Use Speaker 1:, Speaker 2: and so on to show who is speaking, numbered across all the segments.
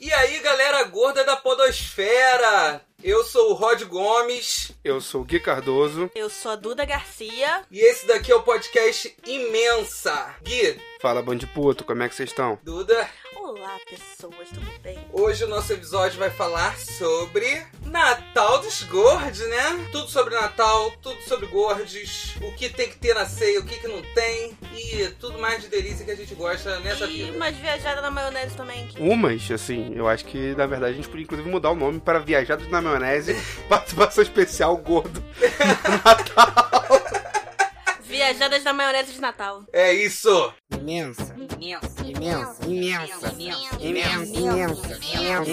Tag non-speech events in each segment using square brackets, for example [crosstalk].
Speaker 1: E aí, galera gorda da podosfera! Eu sou o Rod Gomes
Speaker 2: Eu sou o Gui Cardoso.
Speaker 3: Eu sou a Duda Garcia.
Speaker 1: e esse daqui é o podcast Imensa. Gui,
Speaker 2: Fala, bando de puto, como é que vocês estão?
Speaker 1: Duda,
Speaker 3: Olá, pessoas, tudo bem?
Speaker 1: hoje o nosso episódio vai falar sobre Natal dos Gordos, né? Tudo sobre Natal, tudo sobre gordos, o que tem que ter na ceia, o que, que não tem e tudo mais de delícia que a gente gosta nessa
Speaker 3: E
Speaker 1: vida.
Speaker 3: umas viajadas na maionese também. que-
Speaker 2: Umas, assim, eu acho que na verdade a gente podia inclusive mudar o nome para Viajados na Maionese, participação especial gordo.
Speaker 3: Viajadas na maionese de Natal.
Speaker 1: É isso!
Speaker 4: Imensa,
Speaker 5: Imensa.
Speaker 4: imensa, imensa, imensa,
Speaker 5: Imensa.
Speaker 4: imensa, imensa,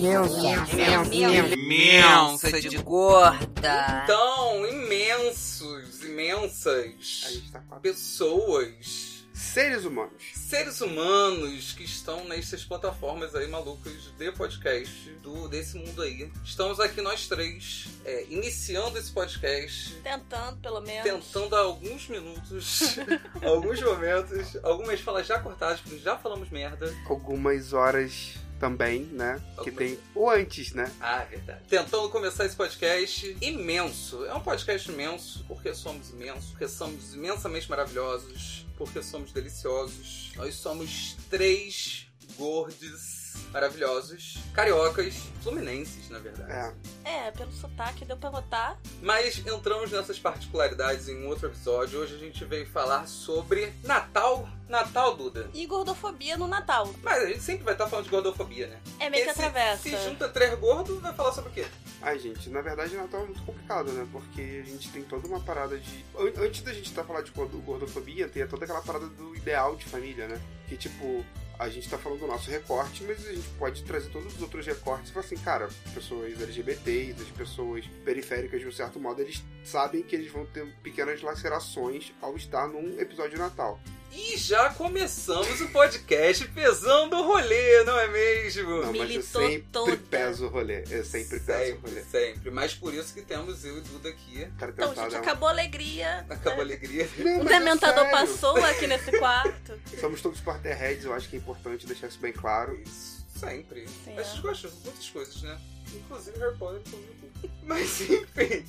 Speaker 4: imensa, imensa.
Speaker 5: Imensa de gorda.
Speaker 1: Então, imensos, imensas.
Speaker 2: A gente tá com a-
Speaker 1: pessoas,
Speaker 2: Seres humanos.
Speaker 1: seres humanos que estão nessas plataformas aí malucas de podcast do, desse mundo aí. Estamos aqui nós três, é, iniciando esse podcast,
Speaker 3: Tentando, pelo menos.
Speaker 1: tentando há alguns minutos, [laughs] alguns momentos, algumas falas já cortadas, porque já falamos merda.
Speaker 2: Algumas horas também, né? Que tem o antes, né?
Speaker 1: Ah, verdade. Tentando começar esse podcast imenso. É um podcast imenso, porque somos imensos, porque somos imensamente maravilhosos, porque somos deliciosos. Nós somos três gordos maravilhosos, cariocas, fluminenses, na verdade.
Speaker 2: É.
Speaker 3: É, pelo sotaque deu pra notar.
Speaker 1: Mas entramos nessas particularidades em um outro episódio. Hoje a gente veio falar sobre Natal. Natal, Duda.
Speaker 3: E gordofobia no Natal.
Speaker 1: Mas a gente sempre vai estar falando de gordofobia, né?
Speaker 3: É meio que
Speaker 1: Esse-
Speaker 3: atravessa.
Speaker 1: Se junta três gordos, vai falar sobre o quê?
Speaker 2: Ai, gente, na verdade Natal é muito complicado, né? Porque a gente tem toda uma parada de. an- Antes da gente tá falando de gordo- gordofobia, tem toda aquela parada do ideal de família, né? Que tipo, a gente tá falando do nosso recorte, mas a gente pode trazer todos os outros recortes e falar assim, cara, pessoas LGBTs, as pessoas periféricas de um certo modo, eles sabem que eles vão ter pequenas lacerações ao estar num episódio de Natal.
Speaker 1: E já começamos o podcast pesando o rolê, não é mesmo?
Speaker 2: Não, mas eu
Speaker 3: militou
Speaker 2: sempre
Speaker 3: toda.
Speaker 2: peso o rolê. Eu sempre peso o rolê.
Speaker 1: sempre, sempre. Mas por isso que temos eu e Duda aqui.
Speaker 2: Cara,
Speaker 3: Então,
Speaker 2: tentar
Speaker 3: gente,
Speaker 2: dar um-
Speaker 3: acabou a alegria.
Speaker 1: Acabou a alegria.
Speaker 2: Não,
Speaker 3: O
Speaker 2: mas é
Speaker 3: dementador
Speaker 2: sério.
Speaker 3: passou
Speaker 1: [laughs]
Speaker 3: aqui nesse quarto.
Speaker 2: Somos todos Potterheads, eu acho que é importante deixar isso bem claro.
Speaker 1: Isso, sempre.
Speaker 3: Sim,
Speaker 1: A gente gosta de muitas coisas, né? Inclusive Harry Potter com o cu. Mas enfim.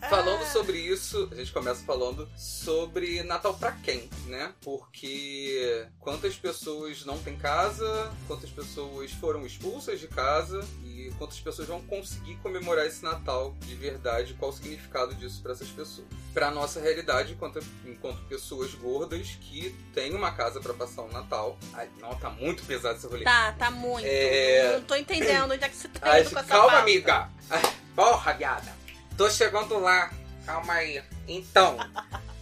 Speaker 3: Ah,
Speaker 1: Falando sobre isso, a gente começa falando sobre Natal pra quem, né? Porque quantas pessoas não têm casa, quantas pessoas foram expulsas de casa e quantas pessoas vão conseguir comemorar esse Natal de verdade, qual o significado disso pra essas pessoas. Pra nossa realidade, enquanto, enquanto pessoas gordas que têm uma casa pra passar o Natal. Ai, não, tá muito pesado esse rolê.
Speaker 3: Tá, tá muito.
Speaker 1: É.
Speaker 3: Não tô entendendo onde é que você tá
Speaker 1: Ai,
Speaker 3: indo com essa
Speaker 1: calma,
Speaker 3: pauta.
Speaker 1: amiga. Ai, Porra, viada. Tô chegando lá. Calma aí. Então,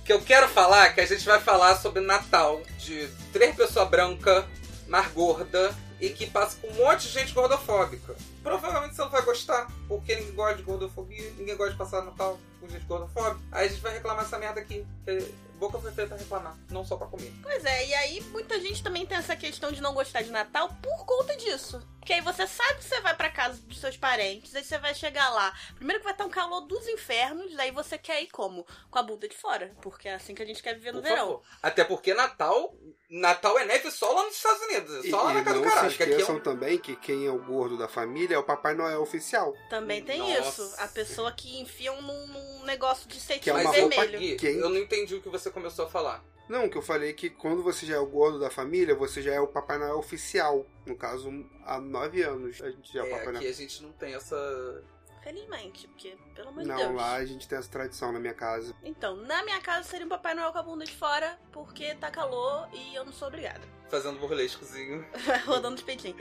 Speaker 1: o que eu quero falar é que a gente vai falar sobre Natal de três pessoas brancas, mais gorda e que passa com um monte de gente gordofóbica. Provavelmente você não vai gostar, porque ninguém gosta de gordofobia, ninguém gosta de passar Natal com gente gordofóbica. Aí a gente vai reclamar essa merda aqui. que Boca foi feita pra reclamar, não só pra comer.
Speaker 3: Pois é, e aí muita gente também tem essa questão de não gostar de Natal por conta disso. Porque aí você sabe que você vai pra casa dos seus parentes, aí você vai chegar lá. Primeiro que vai estar um calor dos infernos, aí você quer ir como? Com a bunda de fora. Porque é assim que a gente quer viver no
Speaker 1: Por
Speaker 3: verão.
Speaker 1: favor. Até porque Natal. Natal é neve só lá nos Estados Unidos.
Speaker 2: E,
Speaker 1: Só lá
Speaker 2: e
Speaker 1: na casa
Speaker 2: não
Speaker 1: do caralho.
Speaker 2: se
Speaker 1: que aqui é
Speaker 2: esqueçam
Speaker 1: um-
Speaker 2: também que quem é o gordo da família é o Papai Noel oficial.
Speaker 3: Também tem
Speaker 1: Nossa.
Speaker 3: isso. A pessoa que enfiam num, num negócio de cetim
Speaker 2: Que é uma roupa
Speaker 3: vermelho.
Speaker 1: Gui,
Speaker 2: Quem?
Speaker 1: Eu não entendi o que você começou a falar.
Speaker 2: Não, que eu falei que quando você já é o gordo da família, você já é o Papai Noel oficial. No caso, há nove anos a gente já é o
Speaker 1: É,
Speaker 2: Papai
Speaker 1: aqui
Speaker 2: Noel.
Speaker 1: a gente não tem essa.
Speaker 3: Felizmente, porque, pelo amor de
Speaker 2: Não,
Speaker 3: Deus.
Speaker 2: lá a gente tem essa tradição na minha casa.
Speaker 3: Então, na minha casa seria um Papai Noel com a bunda de fora, porque tá calor e eu não sou obrigada.
Speaker 1: fazendo burlescozinho.
Speaker 3: [laughs] rodando de peitinho.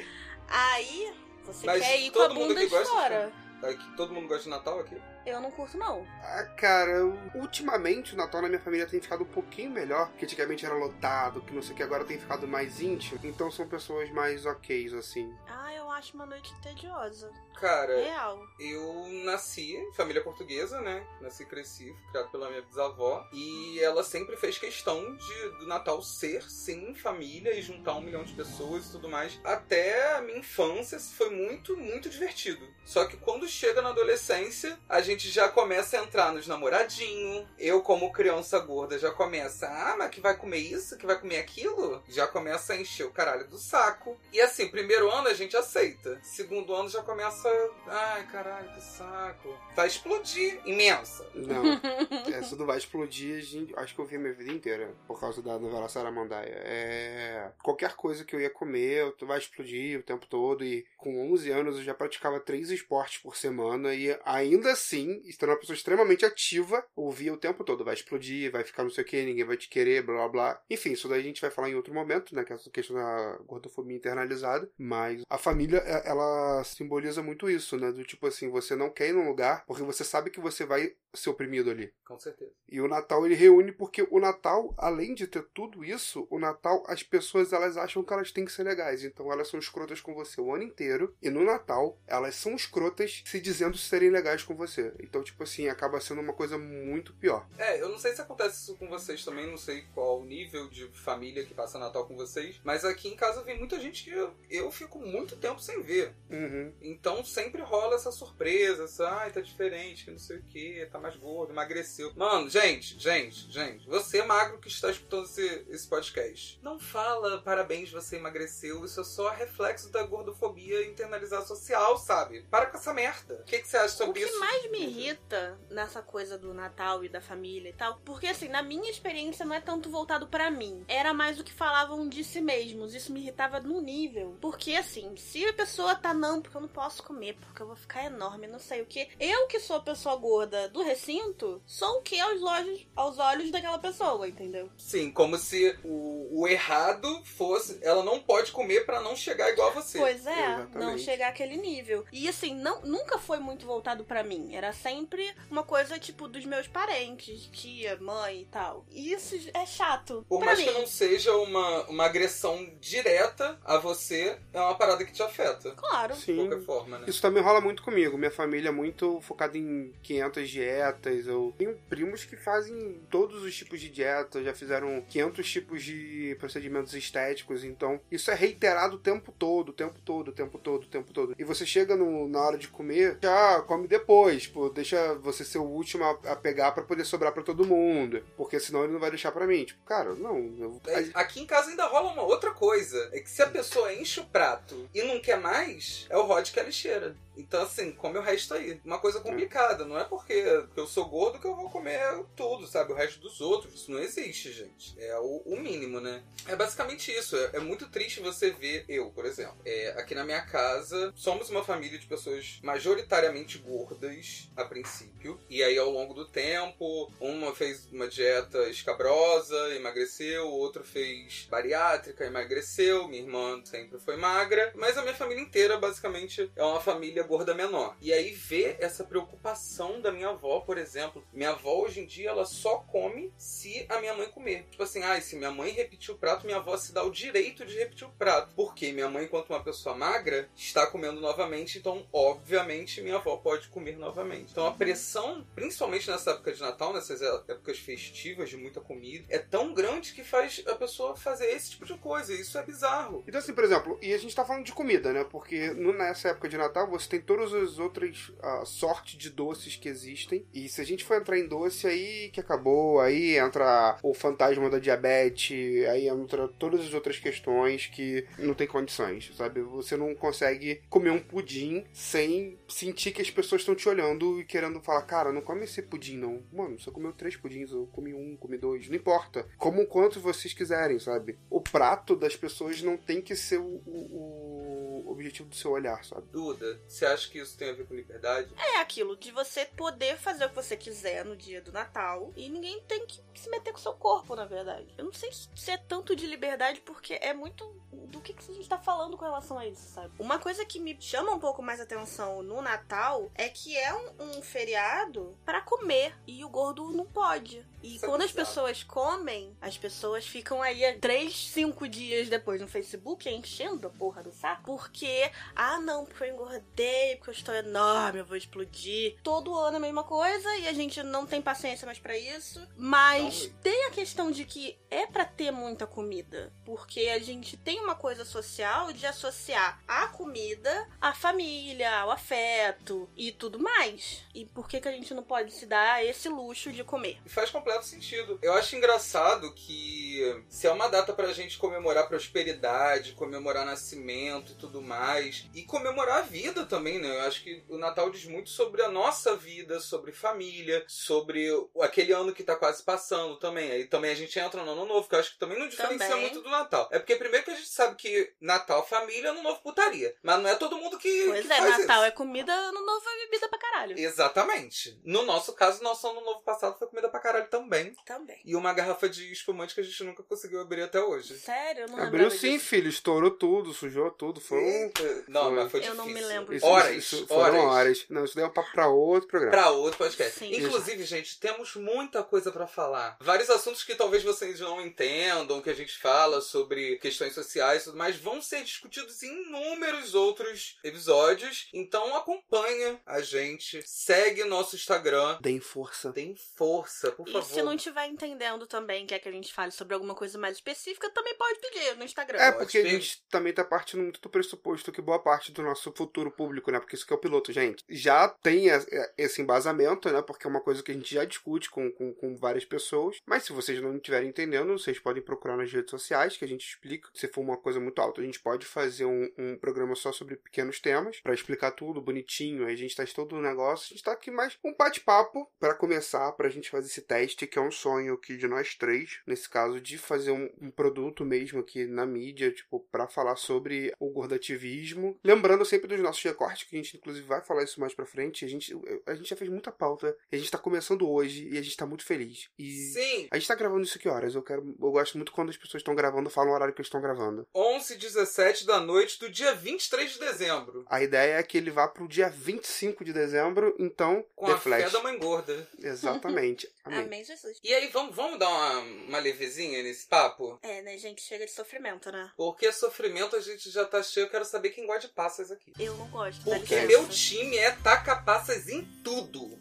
Speaker 3: Aí, você
Speaker 1: Mas
Speaker 3: quer ir com a
Speaker 1: todo mundo
Speaker 3: bunda
Speaker 1: que
Speaker 3: de
Speaker 1: gosta,
Speaker 3: fora.
Speaker 1: Aqui, É todo mundo gosta de Natal aqui?
Speaker 3: Eu não curto, não.
Speaker 2: Ah, cara, eu- ultimamente o Natal na minha família tem ficado um pouquinho melhor, que antigamente era lotado, que não sei o que, agora tem ficado mais íntimo. Então são pessoas mais ok, assim.
Speaker 3: Ah, eu acho uma noite tediosa.
Speaker 1: Cara,
Speaker 3: Real.
Speaker 1: eu nasci em família portuguesa, né? Nasci e cresci, fui criado pela minha bisavó. E ela sempre fez questão de do Natal ser, sim, família e juntar um milhão de pessoas e tudo mais. Até a minha infância foi muito, muito divertido. Só que quando chega na adolescência, a gente já começa a entrar nos namoradinhos. Eu, como criança gorda, já começa. Ah, mas que vai comer isso? Que vai comer aquilo? Já começa a encher o caralho do saco. E assim, primeiro ano a gente aceita. Segundo ano já começa. Ai, caralho, que saco. Vai explodir. Imensa. [laughs]
Speaker 2: É, Não, essa do vai explodir, gente, acho que eu vi minha vida inteira por causa da novela Saramandaia. É, qualquer coisa que eu ia comer, eu- vai explodir o tempo todo. E com 11 anos eu já praticava três esportes por semana. E ainda assim, estando uma pessoa extremamente ativa, ouvia o tempo todo: vai explodir, vai ficar não sei o que, ninguém vai te querer, blá blá blá. Enfim, isso daí a gente vai falar em outro momento, né? Que é essa questão da gordofobia internalizada. Mas a família, é- ela simboliza muito isso, né? Do tipo assim, você não quer ir num lugar porque você sabe que você vai ser oprimido ali.
Speaker 1: Com certeza.
Speaker 2: E o Natal ele reúne porque o Natal, além de ter tudo isso, o Natal as pessoas elas acham que elas têm que ser legais, então elas são escrotas com você o ano inteiro e no Natal elas são escrotas se dizendo serem legais com você. Então tipo assim, acaba sendo uma coisa muito pior.
Speaker 1: É, eu não sei se acontece isso com vocês também, não sei qual o nível de família que passa Natal com vocês, mas aqui em casa vem muita gente que eu, eu fico muito tempo sem ver.
Speaker 2: Uhum.
Speaker 1: Então sempre rola essa surpresa, essa, ai, tá diferente, que não sei o que, tá mais gordo, emagreceu. Mano, gente, gente, gente, você é magro que está escutando esse, esse podcast, não fala parabéns, você emagreceu, isso é só reflexo da gordofobia internalizada social, sabe? Para com essa merda. O que, que você acha
Speaker 3: O
Speaker 1: sobre
Speaker 3: que
Speaker 1: isso? é
Speaker 3: mais me irrita nessa coisa do Natal e da família e tal, porque assim, na minha experiência não é tanto voltado pra mim. Era mais o que falavam de si mesmos. Isso me irritava num nível. Porque assim, se a pessoa tá, não, porque eu não posso comer, porque eu vou ficar enorme, não sei o que. Eu que sou a pessoa gorda do recinto, sou o que aos, olhos- aos olhos daquela pessoa, entendeu?
Speaker 1: Sim, como se o, o errado fosse. Ela não pode comer pra não chegar igual a você.
Speaker 3: Pois é,
Speaker 2: exatamente.
Speaker 3: não chegar àquele nível. E assim, não, nunca foi muito voltado pra mim. Era sempre uma coisa, tipo, dos meus parentes, tia, mãe e tal. E isso é chato.
Speaker 1: Por
Speaker 3: pra
Speaker 1: mais
Speaker 3: mim.
Speaker 1: que não seja uma, uma agressão direta a você, é uma parada que te afeta.
Speaker 3: Claro.
Speaker 1: De
Speaker 2: Sim.
Speaker 1: qualquer forma, né?
Speaker 2: Isso também rola muito comigo. Minha família é muito focada em 500 dietas. Eu tenho primos que fazem todos os tipos de dieta, já fizeram 500 tipos de procedimentos estéticos. Então, isso é reiterado o tempo todo, o tempo todo, o tempo todo, o tempo todo. E você chega no- na hora de comer, já come depois, pô, deixa você ser o último a, a pegar pra poder sobrar pra todo mundo, porque senão ele não vai deixar pra mim. Tipo, cara, não, eu,
Speaker 1: É, Aqui em casa ainda rola uma outra coisa. É que se a pessoa enche o prato e não quer mais, é o Rod que é a lixeira. Então, assim, come o resto aí. Uma coisa complicada. Não é porque eu sou gordo que eu vou comer tudo, sabe? O resto dos outros. Isso não existe, gente. É o, o mínimo, né? É basicamente isso. É, é muito triste você ver, eu, por exemplo, é, aqui na minha casa, somos uma família de pessoas majoritariamente gordas, a princípio. E aí, ao longo do tempo, uma fez uma dieta escabrosa, emagreceu, outra fez bariátrica, emagreceu. Minha irmã sempre foi magra. Mas a minha família inteira, basicamente, é uma família gorda menor. E aí, ver essa preocupação da minha avó, por exemplo. Minha avó, hoje em dia, ela só come se a minha mãe comer. Tipo assim, ah, se minha mãe repetir o prato, minha avó se dá o direito de repetir o prato. Porque minha mãe, enquanto uma pessoa magra, está comendo novamente, então, obviamente, minha avó pode comer novamente. Então, a pressão, principalmente nessa época de Natal, nessas é, épocas festivas de muita comida, é tão grande que faz a pessoa fazer esse tipo de coisa. Isso é bizarro.
Speaker 2: Então, assim, por exemplo, e a gente tá falando de comida, né? Porque no- nessa época de Natal você tem todas as outras ah, sortes de doces que existem. E se a gente for entrar em doce, aí que acabou, aí entra o fantasma da diabetes, aí entra todas as outras questões que não tem condições, sabe? Você não consegue comer um pudim sem sentir que as pessoas estão te olhando e querendo falar, cara, não come esse pudim, não. Mano, você comeu três pudins, eu comi um, comi dois, não importa. Como quanto vocês quiserem, sabe? O prato das pessoas não tem que ser o, o- o objetivo do seu olhar, sabe?
Speaker 1: Duda, você acha que isso tem a ver com liberdade?
Speaker 3: É aquilo de você poder fazer o que você quiser no dia do Natal e ninguém tem que se meter com o seu corpo, na verdade. Eu não sei se é tanto de liberdade porque é muito do que, que a gente tá falando com relação a isso, sabe? Uma coisa que me chama um pouco mais atenção no Natal é que é um, um feriado pra comer e o gordo não pode. E
Speaker 1: Isso é
Speaker 3: quando as
Speaker 1: bizarro.
Speaker 3: pessoas comem, as pessoas ficam aí há três, cinco dias depois no Facebook enchendo a porra do saco porque ah, não, porque eu engordei, porque eu estou enorme, eu vou explodir. Todo ano a mesma coisa e a gente não tem paciência mais pra isso. Mas
Speaker 1: Não.
Speaker 3: tem a questão de que é pra ter muita comida, porque a gente tem uma coisa social de associar a comida à família, ao afeto e tudo mais. E por que que a gente não pode se dar esse luxo de comer?
Speaker 1: E faz completo sentido. Eu acho engraçado que se é uma data pra gente comemorar prosperidade, comemorar nascimento e tudo mais, e comemorar a vida também, né? Eu acho que o Natal diz muito sobre a nossa vida, sobre família, sobre o- aquele ano que tá quase passando também. Aí também a gente entra no ano novo, que eu acho que também não diferencia
Speaker 3: Também.
Speaker 1: muito do Natal. É porque primeiro que a gente sabe que Natal, família, ano novo, putaria. Mas não é todo mundo que.
Speaker 3: Pois
Speaker 1: que
Speaker 3: é,
Speaker 1: faz
Speaker 3: Natal
Speaker 1: isso.
Speaker 3: é comida, ano novo é bebida pra caralho.
Speaker 1: Exatamente. No nosso caso, nosso ano novo passado foi comida pra caralho também.
Speaker 3: Também.
Speaker 1: E uma garrafa de espumante que a gente nunca conseguiu abrir até hoje.
Speaker 3: Sério, eu não
Speaker 2: Abriu
Speaker 3: lembrava
Speaker 2: sim,
Speaker 3: disso.
Speaker 2: filho. Estourou tudo, sujou tudo. Foi um...
Speaker 1: Eita. Não,
Speaker 2: Foi.
Speaker 1: mas foi
Speaker 3: Eu
Speaker 1: difícil.
Speaker 3: não me lembro.
Speaker 2: Isso,
Speaker 1: Horas,
Speaker 2: isso,
Speaker 1: horas.
Speaker 2: foram horas. Não, isso daí é um papo pra outro programa.
Speaker 1: Pra outro podcast.
Speaker 3: Sim.
Speaker 1: Inclusive, gente, temos muita coisa pra falar. Vários assuntos que talvez vocês não entendam, que a gente fala sobre questões sociais e tudo mais, vão ser discutidos em inúmeros outros episódios. Então acompanha a gente, segue nosso Instagram.
Speaker 2: Deem força.
Speaker 1: Tem força, por
Speaker 3: E
Speaker 1: favor.
Speaker 3: se não estiver entendendo também, quer que a gente fale sobre alguma coisa mais específica, também pode pedir no Instagram.
Speaker 2: É,
Speaker 1: Pode
Speaker 2: porque a
Speaker 1: ter.
Speaker 2: gente também tá partindo muito do pressuposto que boa parte do nosso futuro público, né? Porque isso que é o piloto, gente. Já tem a- a- esse embasamento, né? Porque é uma coisa que a gente já discute com, com, com várias pessoas. Mas se vocês não estiverem entendendo, vocês podem procurar nas redes sociais, que a gente explica. Se for uma coisa muito alta, a gente pode fazer um, um programa só sobre pequenos temas, pra explicar tudo bonitinho. Aí A gente faz todo o negócio. A gente tá aqui mais um bate-papo pra começar, pra gente fazer esse teste, que é um sonho aqui de nós três, nesse caso, de fazer um, um produto mesmo aqui na mídia, tipo, pra falar sobre o gordativismo. Lembrando sempre dos nossos recortes, que a gente inclusive vai falar isso mais pra frente. A gente, a gente já fez muita pauta, e a gente tá começando hoje e a gente tá muito feliz. E.
Speaker 1: Sim,
Speaker 2: A gente tá gravando isso que horas? Eu quero. Eu gosto muito quando as pessoas estão gravando, falam o horário que eles estão gravando.
Speaker 1: 11 17 da noite do dia 23 de dezembro.
Speaker 2: A ideia é que ele vá pro dia 25 de dezembro, então.
Speaker 1: Com
Speaker 2: The
Speaker 1: a fé
Speaker 2: Flash.
Speaker 1: da mãe gorda.
Speaker 2: Exatamente. Amém.
Speaker 3: Jesus.
Speaker 1: E aí, vamos, vamos dar uma, uma levezinha nesse papo?
Speaker 3: É, né, gente? Chega de sofrimento, né?
Speaker 1: Porque sofrimento a gente já tá cheio, eu quero saber quem gosta de passas aqui.
Speaker 3: Eu não gosto. dá
Speaker 1: Porque
Speaker 3: licença.
Speaker 1: meu time é taca passas em tudo.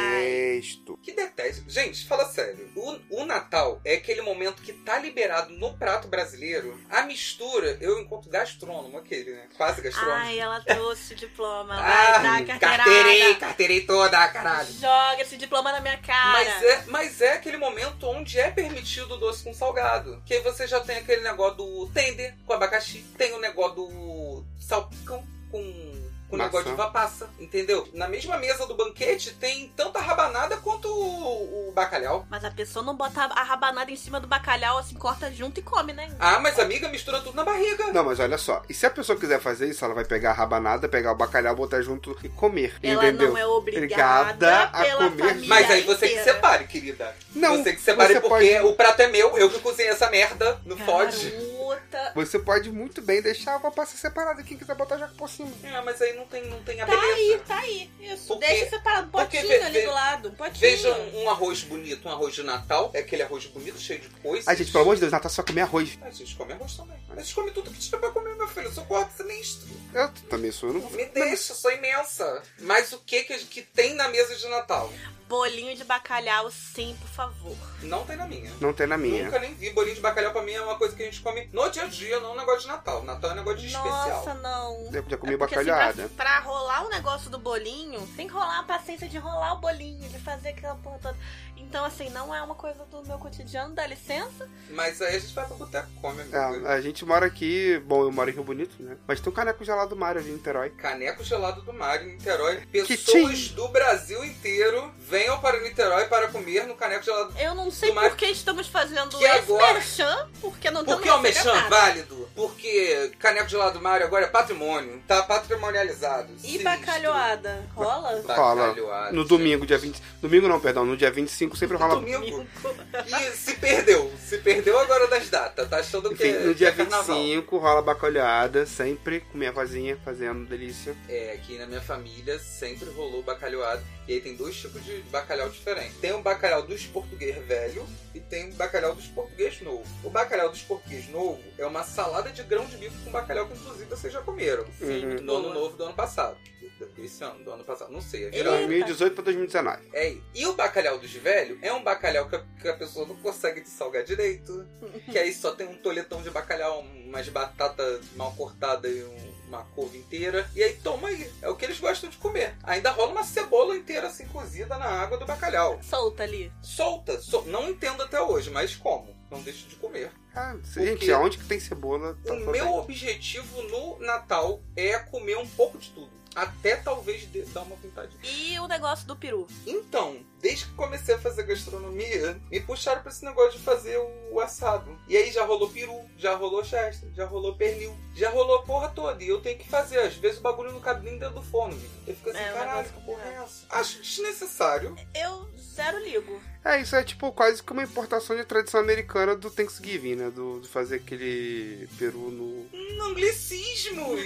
Speaker 2: Detesto.
Speaker 1: Que detesto. Gente, fala sério. O, o Natal é aquele momento que tá liberado no prato brasileiro. A mistura, eu encontro gastrônomo, aquele, né? Quase gastrônomo.
Speaker 3: Ai, ela trouxe o diploma.
Speaker 1: Ah,
Speaker 3: Vai dar
Speaker 1: carteirei,
Speaker 3: carteirada.
Speaker 1: carteirei toda, caralho.
Speaker 3: Joga esse diploma na minha cara.
Speaker 1: Mas é, mas é aquele momento onde é permitido o doce com salgado. Que aí você já tem aquele negócio do tender com abacaxi, tem o negócio do salpicão com. Com o
Speaker 2: Maçã.
Speaker 1: negócio de uva passa, entendeu? Na mesma mesa do banquete tem tanto a rabanada quanto o, o bacalhau.
Speaker 3: Mas a pessoa não bota a rabanada em cima do bacalhau, assim, corta junto e come, né?
Speaker 1: Ah, mas amiga, mistura tudo na barriga.
Speaker 2: Não, mas olha só. E se a pessoa quiser fazer isso, ela vai pegar a rabanada, pegar o bacalhau, botar junto e comer.
Speaker 3: Ela
Speaker 2: entendeu?
Speaker 3: não é
Speaker 2: Obrigada
Speaker 3: obrigada
Speaker 2: a
Speaker 3: pela
Speaker 2: comer.
Speaker 3: família
Speaker 1: Mas aí você que
Speaker 3: inteira.
Speaker 1: separe, querida.
Speaker 2: Não,
Speaker 1: você que separe
Speaker 2: você
Speaker 1: porque
Speaker 2: pode-
Speaker 1: o prato é meu, eu que cozinhei essa merda, não pode.
Speaker 3: Garota.
Speaker 2: Você pode muito bem deixar uma pasta separada. Quem quiser botar, joga por cima.
Speaker 1: É, mas aí não tem, não tem a
Speaker 3: Tá
Speaker 1: beleza.
Speaker 3: aí, tá aí. Isso.
Speaker 1: Porque-
Speaker 3: Deixa separado um
Speaker 1: porque
Speaker 3: potinho
Speaker 1: ve-
Speaker 3: ali
Speaker 1: ve-
Speaker 3: do lado. Um potinho.
Speaker 1: Veja um, um arroz bonito, um arroz de Natal. É aquele arroz bonito, cheio de coisas.
Speaker 2: Ai, gente, pelo amor de Deus, Natal só comer arroz.
Speaker 1: A gente come arroz também. A gente come tudo que tiver pra comer, meu filho. Eu sou quarto sinistro.
Speaker 2: Eu também sou. eu não-
Speaker 1: Me deixa, eu sou imensa. Mas o que, que que tem na mesa de Natal?
Speaker 3: Bolinho de bacalhau, sim, por favor.
Speaker 1: Não tem na minha.
Speaker 2: Não tem na minha.
Speaker 1: Nunca nem vi bolinho de bacalhau pra mim. É uma coisa que a gente come no dia a dia, não um negócio de Natal. Natal é um negócio de
Speaker 3: Nossa,
Speaker 1: especial.
Speaker 3: não.
Speaker 2: Eu já comi
Speaker 3: É porque, assim,
Speaker 2: bacalhada.
Speaker 3: pra, pra rolar o negócio do bolinho, tem que rolar a paciência de rolar o bolinho, de fazer aquela porra toda. Então, assim, não é uma coisa do meu cotidiano, dá licença.
Speaker 1: Mas aí a gente vai pra boteco e come, amigo.
Speaker 2: É, a gente mora aqui. Bom, eu moro em Rio Bonito, né? Mas tem um caneco gelado do Mário ali em Niterói.
Speaker 1: Caneco gelado do mar em Niterói. Pessoas
Speaker 2: tinha.
Speaker 1: do Brasil inteiro venham para Niterói para comer no caneco gelado.
Speaker 3: Eu não sei
Speaker 1: Mas-
Speaker 3: por que estamos fazendo
Speaker 1: Que
Speaker 3: esse
Speaker 1: agora-
Speaker 3: merchan, porque não
Speaker 1: Por
Speaker 3: estamos
Speaker 1: que o
Speaker 3: recebendo
Speaker 1: Mechan
Speaker 3: nada.
Speaker 1: válido? Porque caneco gelado do Mário agora é patrimônio. Tá patrimonializado.
Speaker 3: E
Speaker 1: Sinistro.
Speaker 3: bacalhoada, rola?
Speaker 2: Fala.
Speaker 1: Bacalhoado.
Speaker 2: No domingo, dia 20. Domingo não, perdão, no dia 25 domingo sempre rola.
Speaker 1: domingo. E se perdeu. Se perdeu agora das datas. Tá achando que
Speaker 2: Enfim,
Speaker 1: é,
Speaker 2: no
Speaker 1: que é
Speaker 2: dia
Speaker 1: carnaval.
Speaker 2: 25 rola bacalhoada, sempre com minha vozinha fazendo delícia.
Speaker 1: É, aqui na minha família sempre rolou bacalhoado. E aí tem dois tipos de bacalhau diferentes. Tem o bacalhau dos português velho e tem o bacalhau dos português novo. O bacalhau dos português novo é uma salada de grão de bico com bacalhau que inclusive vocês já comeram.
Speaker 2: Uhum.
Speaker 1: No ano
Speaker 3: Boa.
Speaker 1: novo do ano passado. Esse ano, do ano passado. Não sei, é
Speaker 3: Eita.
Speaker 1: virado.
Speaker 2: 2018 pra 2019.
Speaker 1: É isso. E o bacalhau dos velhos é um bacalhau que a, que a pessoa não consegue salgar direito. Que aí só tem um toletão de bacalhau, umas batatas mal cortadas e um- uma couve inteira. E aí toma aí. É o que eles gostam de comer. Ainda rola uma cebola inteira assim cozida na água do bacalhau.
Speaker 3: Solta ali.
Speaker 1: Solta. sol- Não entendo até hoje, mas como? Não deixo de comer.
Speaker 2: Ah,
Speaker 1: quê?
Speaker 2: gente, aonde que tem cebola? Tá
Speaker 1: O
Speaker 2: tudo
Speaker 1: meu
Speaker 2: bem.
Speaker 1: objetivo no Natal é comer um pouco de tudo. Até talvez de- dar uma vontade.
Speaker 3: E o negócio do peru.
Speaker 1: Então, desde que comecei a fazer gastronomia, me puxaram pra esse negócio de fazer o assado. E aí já rolou peru, já rolou chester, já rolou pernil, já rolou a porra toda. E eu tenho que fazer. Às vezes o bagulho não cabe nem dentro do forno. gente. Eu fico assim,
Speaker 3: É, o
Speaker 1: caralho,
Speaker 3: negócio
Speaker 1: que porra é essa? Acho desnecessário.
Speaker 3: Eu zero ligo.
Speaker 2: É, isso é tipo quase que uma importação de tradição americana do Thanksgiving, né? Do, de fazer aquele peru no.
Speaker 3: [laughs]
Speaker 1: Anglicismos!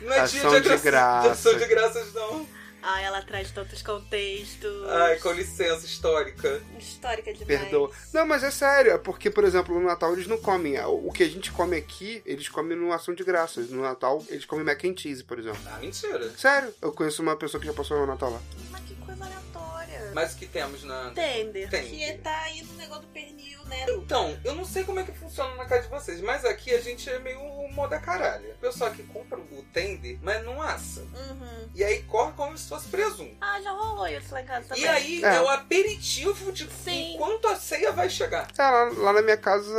Speaker 1: não é dia
Speaker 2: Ação
Speaker 1: de,
Speaker 2: de
Speaker 1: agraci-
Speaker 2: graça.
Speaker 1: ação de graças, não.
Speaker 3: Ah, ela traz tantos contextos.
Speaker 1: Ai, com licença histórica.
Speaker 3: Histórica demais.
Speaker 2: Perdoa. Não, mas é sério, é porque, por exemplo, no Natal eles não comem. O que a gente come aqui, eles comem no ação de graças. No Natal, eles comem mac and cheese, por exemplo.
Speaker 1: Ah, mentira.
Speaker 2: Sério, eu conheço uma pessoa que já passou o Natal lá.
Speaker 3: Mas que coisa aleatória.
Speaker 1: Mas o que temos na.
Speaker 3: Tender.
Speaker 1: Tender.
Speaker 3: Que tá aí no negócio do pernil, né?
Speaker 1: Então, eu não sei como é que funciona na casa de vocês, mas aqui a gente é meio moda caralho. O pessoal que compra o tender, mas não assa.
Speaker 3: Uhum.
Speaker 1: E aí corre como se fosse presunto.
Speaker 3: Ah, já rolou isso lá em casa também.
Speaker 1: E aí é.
Speaker 2: É.
Speaker 1: o aperitivo de
Speaker 3: Tá Sim.
Speaker 1: enquanto a ceia vai chegar.
Speaker 2: É, lá, lá na minha casa,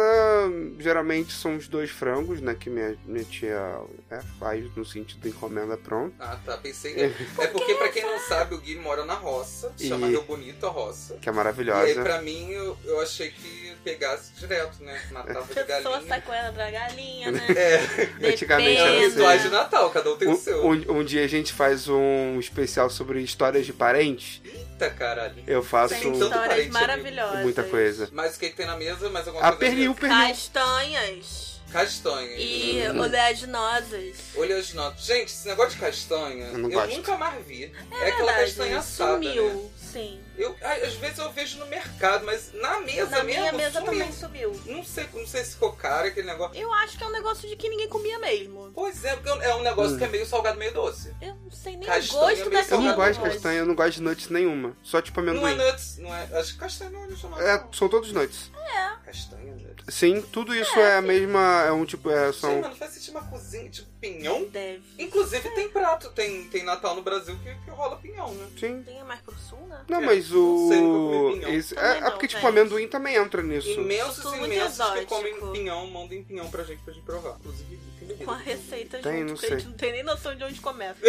Speaker 2: geralmente são os dois frangos, né? Que minha, minha tia é, faz no sentido encomenda pronta.
Speaker 1: Ah, tá. Pensei que. É porque, pra quem não sabe, o Gui mora na roça. Chama
Speaker 2: E-
Speaker 1: Rio Bonito a roça.
Speaker 2: Que
Speaker 1: E
Speaker 2: é
Speaker 1: aí,
Speaker 2: maravilhosa.
Speaker 1: pra mim, eu, eu achei que pegasse direto, né? Matava de
Speaker 3: Pessoa
Speaker 1: galinha.
Speaker 3: sacoela da galinha, né?
Speaker 1: [laughs] É,
Speaker 2: Antigamente
Speaker 1: é
Speaker 2: era
Speaker 3: Depena.
Speaker 2: assim.
Speaker 1: rituais de Natal, cada um tem o seu.
Speaker 2: Um, um- um dia a gente faz um especial sobre histórias de parentes.
Speaker 1: Eita, caralho.
Speaker 2: Eu faço
Speaker 3: Tem
Speaker 1: tanto parente, né?
Speaker 3: histórias
Speaker 1: amigo.
Speaker 3: maravilhosas.
Speaker 2: muita coisa. Ah, um,
Speaker 1: Mas o que, que tem na mesa? Mais alguma
Speaker 2: A
Speaker 1: coisa?
Speaker 2: pernil, pernil.
Speaker 3: Castanhas
Speaker 1: Castanhas.
Speaker 3: e
Speaker 1: Uhum.
Speaker 3: oleaginosas.
Speaker 1: Oleaginosas. Gente, esse negócio de castanha, eu,
Speaker 2: Eu não gosto.
Speaker 1: nunca mais vi. É,
Speaker 3: É
Speaker 1: aquela
Speaker 3: verdade,
Speaker 1: castanha assada,
Speaker 3: sumiu.
Speaker 1: né?
Speaker 3: Sim.
Speaker 1: Eu, ai, às vezes eu vejo no mercado, mas na mesa
Speaker 3: Na
Speaker 1: mesmo,
Speaker 3: minha mesa
Speaker 1: sumiu.
Speaker 3: também sumiu.
Speaker 1: Não sei, não sei se ficou caro aquele negócio.
Speaker 3: Eu acho que é um negócio de que ninguém comia mesmo.
Speaker 1: Pois é, porque é um negócio
Speaker 2: Hum.
Speaker 1: que é meio salgado, meio doce.
Speaker 3: Eu não sei nem
Speaker 1: Castanha
Speaker 3: o gosto
Speaker 1: meio
Speaker 3: daquela
Speaker 2: Eu não
Speaker 1: salgada,
Speaker 2: gosto de
Speaker 1: mas-
Speaker 2: castanha, eu não gosto de nuts nenhuma. Só tipo
Speaker 1: Não é
Speaker 2: amendoim.
Speaker 1: nuts, não é... Acho que castanha não é chamado.
Speaker 2: É, são todos nuts.
Speaker 1: não. Castanha, nuts.
Speaker 2: Sim, tudo isso é a mesma. É um tipo. É,
Speaker 1: Gente,
Speaker 2: são.
Speaker 1: mano, faz sentir uma cozinha, tipo, pinhão?
Speaker 3: Deve.
Speaker 1: Inclusive tem prato, tem, tem Natal no Brasil que, que rola pinhão, né?
Speaker 2: Sim.
Speaker 3: Tem mais pro sul, né?
Speaker 2: Não,
Speaker 1: É,
Speaker 2: mas
Speaker 1: não sei, nunca
Speaker 2: o.
Speaker 1: comi pinhão.
Speaker 2: esse-
Speaker 3: Também
Speaker 2: é, é
Speaker 3: não,
Speaker 2: porque, tipo,
Speaker 3: velho.
Speaker 2: amendoim também entra nisso.
Speaker 1: Imensos,
Speaker 3: Tudo muito
Speaker 1: imensos que
Speaker 3: exótico.
Speaker 1: comem pinhão, mandem pinhão pra gente pra gente provar. Inclusive, tem um bebida.
Speaker 3: Com a receita
Speaker 2: Tem,
Speaker 3: junto,
Speaker 2: não
Speaker 3: que a gente
Speaker 2: sei.
Speaker 3: não tem nem noção de
Speaker 1: [laughs]
Speaker 3: onde começa.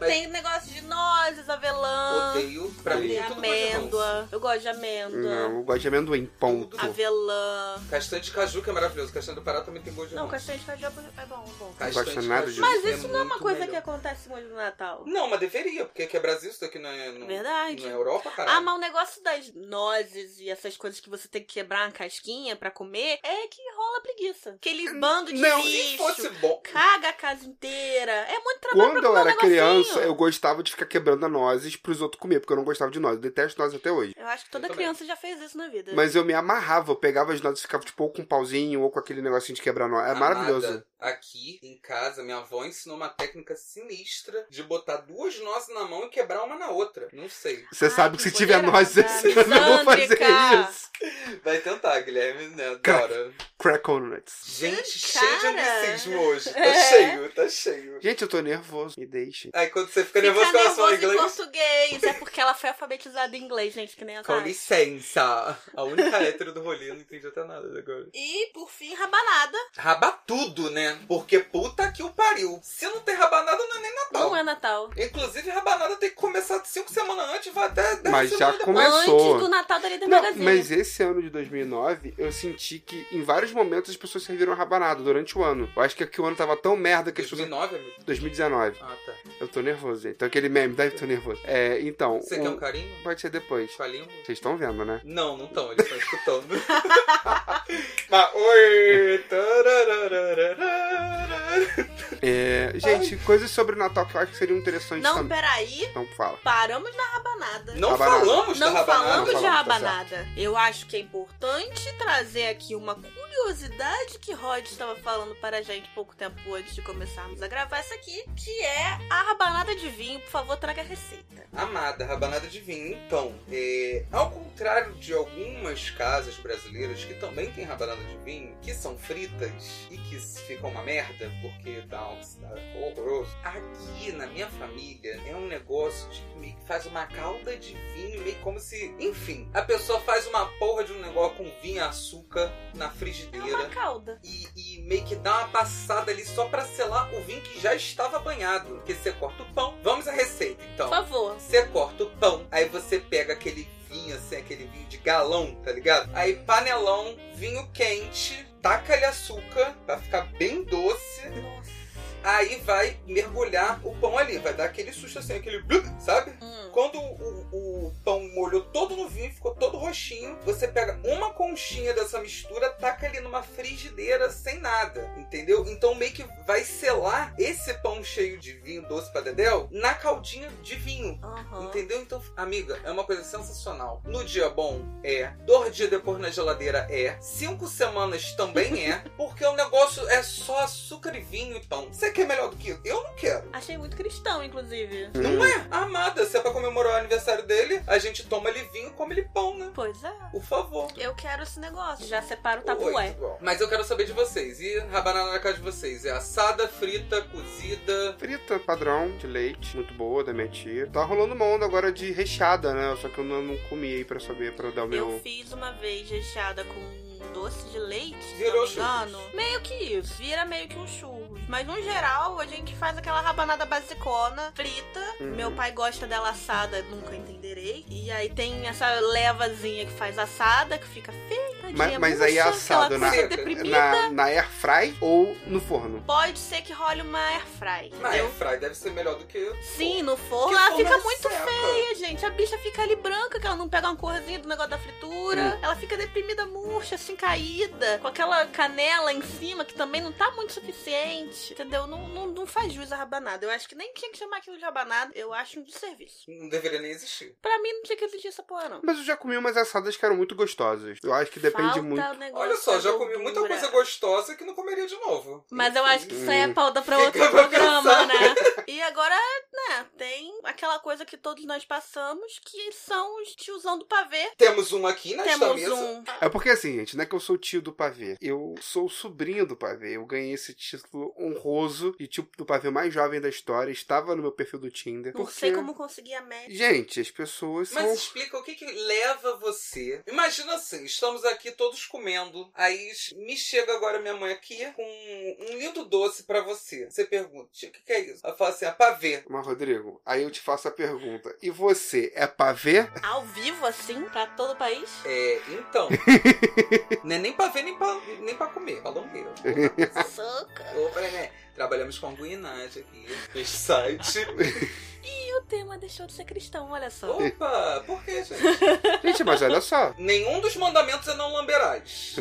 Speaker 1: Mas-
Speaker 3: Tem negócio de nozes, avelã,
Speaker 1: Odeio, pra mim,
Speaker 3: tem
Speaker 1: é tudo coisa de roça.
Speaker 3: amêndoa. Eu gosto de amêndoa,
Speaker 2: Não, eu gosto de amendoim, ponto.
Speaker 3: avelã.
Speaker 1: Castanha de caju que é maravilhoso. Castanha do Pará também tem gosto de
Speaker 3: Não,
Speaker 1: roça.
Speaker 3: castanha de caju é bom, é bom.
Speaker 1: Castanha
Speaker 2: Não gosto
Speaker 1: de
Speaker 2: nada
Speaker 1: caju
Speaker 2: disso.
Speaker 3: Mas isso não é uma
Speaker 1: muito
Speaker 3: coisa que
Speaker 1: melhor.
Speaker 3: acontece muito no Natal.
Speaker 1: Não, mas deveria, porque aqui é Brasil, isso daqui não é... Não,
Speaker 3: Verdade.
Speaker 1: Não é Europa, cara.
Speaker 3: Ah, mas o negócio das nozes e essas coisas que você tem que quebrar uma casquinha pra comer é que rola preguiça. Aquele bando de
Speaker 2: não,
Speaker 1: Se
Speaker 3: lixo,
Speaker 1: fosse bom...
Speaker 3: caga a casa inteira. É muito trabalho
Speaker 2: Quando
Speaker 3: pra
Speaker 2: eu
Speaker 3: comer um
Speaker 2: era criança,
Speaker 3: negocinho.
Speaker 2: eu gostava de ficar quebrando nozes pros outros comer, porque eu não gostava de nozes. Eu detesto nozes até hoje.
Speaker 3: Eu acho que toda
Speaker 1: Eu também.
Speaker 3: criança já fez isso na vida.
Speaker 2: Mas eu me amarrava, eu pegava as nozes e ficava, tipo, ou com um pauzinho, ou com aquele negocinho de quebrar nozes. É
Speaker 1: Amada,
Speaker 2: maravilhoso.
Speaker 1: Aqui em casa, minha avó ensinou uma técnica sinistra de botar duas nozes na mão e quebrar uma na outra. Não sei.
Speaker 2: Você
Speaker 3: Ai,
Speaker 2: sabe que,
Speaker 3: que
Speaker 2: se tiver
Speaker 3: poderada,
Speaker 2: nozes esse ano, eu vou fazer
Speaker 3: misândrica.
Speaker 2: isso.
Speaker 1: Vai tentar, Guilherme, né?
Speaker 2: Cara.
Speaker 1: Adora.
Speaker 2: Crackle nuts.
Speaker 1: Gente,
Speaker 3: Cara.
Speaker 1: cheio de anglicismo hoje. Tá
Speaker 3: [laughs] É.
Speaker 1: cheio, tá cheio.
Speaker 2: Gente, eu tô nervoso. Me deixem.
Speaker 1: Aí quando você fica
Speaker 3: Fica
Speaker 1: nervoso assim, com relação ao
Speaker 3: nervoso em
Speaker 1: inglês.
Speaker 3: português. É porque ela foi alfabetizada em inglês, gente, que nem a
Speaker 1: Com
Speaker 3: Tati.
Speaker 1: licença. A
Speaker 3: [laughs]
Speaker 1: única hétero do rolê, eu não entendi até nada agora.
Speaker 3: E, por fim, rabanada.
Speaker 1: Rabatudo, né? Porque puta que o pariu. Se não tem rabanada, não é nem Natal.
Speaker 3: Não é Natal.
Speaker 1: Inclusive, rabanada tem que começar cinco semanas antes e vai até dez
Speaker 2: Mas já
Speaker 1: semanas depois.
Speaker 2: começou.
Speaker 3: Antes do Natal da Líder
Speaker 2: Não,
Speaker 3: Magazine.
Speaker 2: mas esse ano de 2009, eu senti que em vários momentos as pessoas serviram rabanada durante o ano. Eu acho que aqui o ano tava tão merda que as pessoas.
Speaker 1: 2009, amigo?
Speaker 2: 2019.
Speaker 1: Ah, tá.
Speaker 2: Eu tô nervoso, gente. Então aquele meme, deve tô nervoso. É, então.
Speaker 1: Você
Speaker 2: o-
Speaker 1: quer um carinho?
Speaker 2: Pode ser depois.
Speaker 1: Com a língua?
Speaker 2: Vocês estão vendo, né?
Speaker 1: Não, não estão, eles estão
Speaker 3: [laughs]
Speaker 1: escutando. Mas, oi! tararararara.
Speaker 2: É, gente, coisas sobre o Natal que eu acho que seriam interessantes
Speaker 3: Não,
Speaker 2: também.
Speaker 3: peraí.
Speaker 2: Então fala.
Speaker 3: Paramos na rabanada.
Speaker 1: Não
Speaker 2: Rabanada.
Speaker 1: falamos da
Speaker 3: Não
Speaker 1: rabanada.
Speaker 3: falamos de
Speaker 2: Não falamos, tá
Speaker 3: rabanada. Eu acho que é importante trazer aqui uma curiosidade que Rod estava falando para a gente pouco tempo antes de começarmos a gravar isso aqui, que é a rabanada de vinho. Por favor, traga a receita.
Speaker 1: Amada, rabanada de vinho. Então, é, ao contrário de algumas casas brasileiras que também tem rabanada de vinho, que são fritas e que ficam uma merda porque dá um oxidado horroroso, aqui na minha família é um negócio de que meio que faz uma calda de vinho, meio como se. Enfim, a pessoa faz uma porra de um negócio com vinho e açúcar na
Speaker 3: É uma
Speaker 1: frigideira.
Speaker 3: calda.
Speaker 1: E, e meio que dá uma passada ali só pra selar o vinho que já estava banhado. Porque você corta o pão. Vamos à receita, então.
Speaker 3: Por favor.
Speaker 1: Você corta o pão, aí você pega aquele vinho, assim, aquele vinho de galão, tá ligado? Aí panelão, vinho quente, taca-lhe açúcar pra ficar bem doce. Aí vai mergulhar o pão ali, vai dar aquele susto assim, aquele blup, sabe?
Speaker 3: Hum.
Speaker 1: Quando o, o pão molhou todo no vinho, ficou todo roxinho, você pega uma conchinha dessa mistura, taca ali numa frigideira sem nada, entendeu? Então meio que vai selar esse pão cheio de vinho doce pra Dedéu na caldinha de vinho.
Speaker 3: Aham.
Speaker 1: Entendeu? Então, amiga, é uma coisa sensacional. No dia bom é, dois dias depois na geladeira é, cinco semanas também
Speaker 3: [laughs]
Speaker 1: é, porque o negócio é só açúcar e vinho e pão. Você quer melhor do que eu? Eu não quero.
Speaker 3: Achei muito cristão, inclusive.
Speaker 2: Hum,
Speaker 1: Não é? Amada, se é pra comemorar o aniversário dele, a gente toma ele vinho e come ele pão, né?
Speaker 3: Pois é.
Speaker 1: Por favor.
Speaker 3: Eu quero esse negócio. Já separo o tapué.
Speaker 1: Oi. Mas eu quero saber de vocês. E rabanada na casa de vocês? É assada, frita, cozida?
Speaker 2: Frita padrão de leite, muito boa da minha tia. Tá rolando uma onda agora de recheada, né? Só que eu não, não comi aí pra saber, pra dar o meu.
Speaker 3: Eu fiz uma vez recheada com doce de leite, se
Speaker 1: Virou
Speaker 3: não me engano.
Speaker 1: churros.
Speaker 3: Meio que isso, vira meio que um churros. Mas no geral, a gente faz aquela rabanada basicona, frita.
Speaker 2: Uhum.
Speaker 3: Meu pai gosta dela assada, nunca entenderei. E aí tem essa levazinha que faz assada, que fica feita
Speaker 2: Mas- mas aí é assado, né?
Speaker 3: deprimida.
Speaker 2: Na, na air fry ou no forno?
Speaker 3: Pode ser que role uma air fry,
Speaker 1: Mas
Speaker 3: entendeu?
Speaker 1: Ah,
Speaker 2: é
Speaker 1: air fry deve ser melhor do que...
Speaker 3: Sim, no forno
Speaker 1: Porque
Speaker 3: ela
Speaker 1: forno
Speaker 3: fica
Speaker 1: é
Speaker 3: muito
Speaker 1: seca.
Speaker 3: feia, gente. A bicha fica ali branca, que ela não pega uma corzinha do negócio da fritura. Ela fica deprimida, murcha, assim, caída. Com aquela canela em cima, que também não tá muito suficiente. Entendeu? Não, não, não faz jus a rabanada. Eu acho que nem tinha que chamar aquilo de rabanada. Eu acho um desserviço.
Speaker 1: Não deveria nem existir.
Speaker 3: Pra mim, não tinha que exigir essa porra, não.
Speaker 2: Mas eu já comi umas assadas que eram muito gostosas. Eu acho que depende
Speaker 3: Falta
Speaker 2: muito.
Speaker 3: o negócio
Speaker 1: Olha só,
Speaker 3: da
Speaker 1: já comi muita
Speaker 3: gordura.
Speaker 1: coisa gostosa que não comeria de novo.
Speaker 3: Mas eu acho que isso aí é
Speaker 2: Hum.
Speaker 3: pauta pra
Speaker 1: [laughs] Fica
Speaker 3: outro
Speaker 1: pra
Speaker 3: programa,
Speaker 1: pensar.
Speaker 3: né? E agora, né, tem aquela coisa que todos nós passamos, que são os tiozão do pavê
Speaker 1: Temos uma aqui né, nesta
Speaker 3: Temos
Speaker 1: mesa.
Speaker 3: um.
Speaker 2: É porque assim, gente, não é que eu sou tio do pavê. Eu sou o sobrinho do pavê. Eu ganhei esse título honroso de tio do pavê mais jovem da história. Estava no meu perfil do Tinder.
Speaker 3: Não
Speaker 2: porque-
Speaker 3: sei como conseguir a média.
Speaker 2: Gente, as pessoas
Speaker 1: é. Mas
Speaker 2: são.
Speaker 1: explica o que que leva você. Imagina assim, estamos aqui todos comendo. Aí me chega agora minha mãe aqui com um lindo doce pra você. Você pergunta, "Tia, o que que é isso? Ela fala assim, é pavê.
Speaker 2: Mas, Rodrigo, aí eu te faço a pergunta. E você é pavê? [laughs]
Speaker 3: Ao vivo, assim, pra todo o país?
Speaker 1: É, então. não é nem pavê, nem pra, nem pra comer. Palombeiro.
Speaker 3: Soca.
Speaker 1: Opa, né? Trabalhamos com guinagem aqui. Este site.
Speaker 3: E o tema deixou de ser cristão, olha só.
Speaker 1: Opa, por que, gente?
Speaker 2: Gente, mas olha só.
Speaker 1: Nenhum dos mandamentos é não lamberás.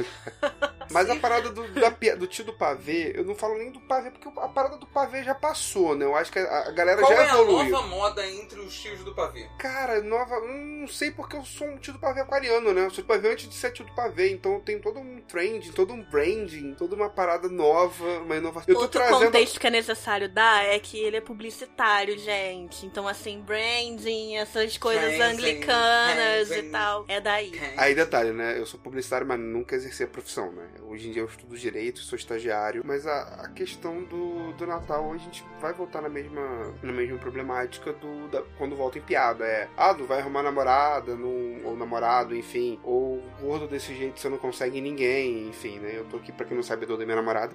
Speaker 2: Mas a parada do, da pi- do tio do pavê, eu não falo nem do pavê, porque a parada do pavê já passou, né? Eu acho que a, a galera
Speaker 1: Qual
Speaker 2: já
Speaker 1: é a
Speaker 2: evoluiu.
Speaker 1: nova moda entre os tios do pavê?
Speaker 2: Cara, nova. hum, Não sei porque eu sou um tio do pavê aquariano, né? Eu sou do pavê antes de ser tio do pavê. Então eu tenho todo um trend, todo um branding, toda uma parada nova, uma inovação. Eu tô
Speaker 3: Outro
Speaker 2: trazendo.
Speaker 3: contexto que é necessário dar é que ele é publicitário, gente. Então, assim, branding, essas coisas
Speaker 1: Branding,
Speaker 3: anglicanas e
Speaker 1: branding.
Speaker 3: tal. É daí.
Speaker 2: Aí, detalhe, né? Eu sou publicitário, mas nunca exerci a profissão, né? Hoje em dia eu estudo direito, sou estagiário. Mas a, a questão do, do Natal, a gente vai voltar na mesma, na mesma problemática do da- quando volta em piada. É, ah, não vai arrumar namorada, não, ou namorado, enfim. Ou gordo desse jeito você não consegue ninguém, enfim, né? Eu tô aqui, pra quem não sabe, eu dou da minha namorada.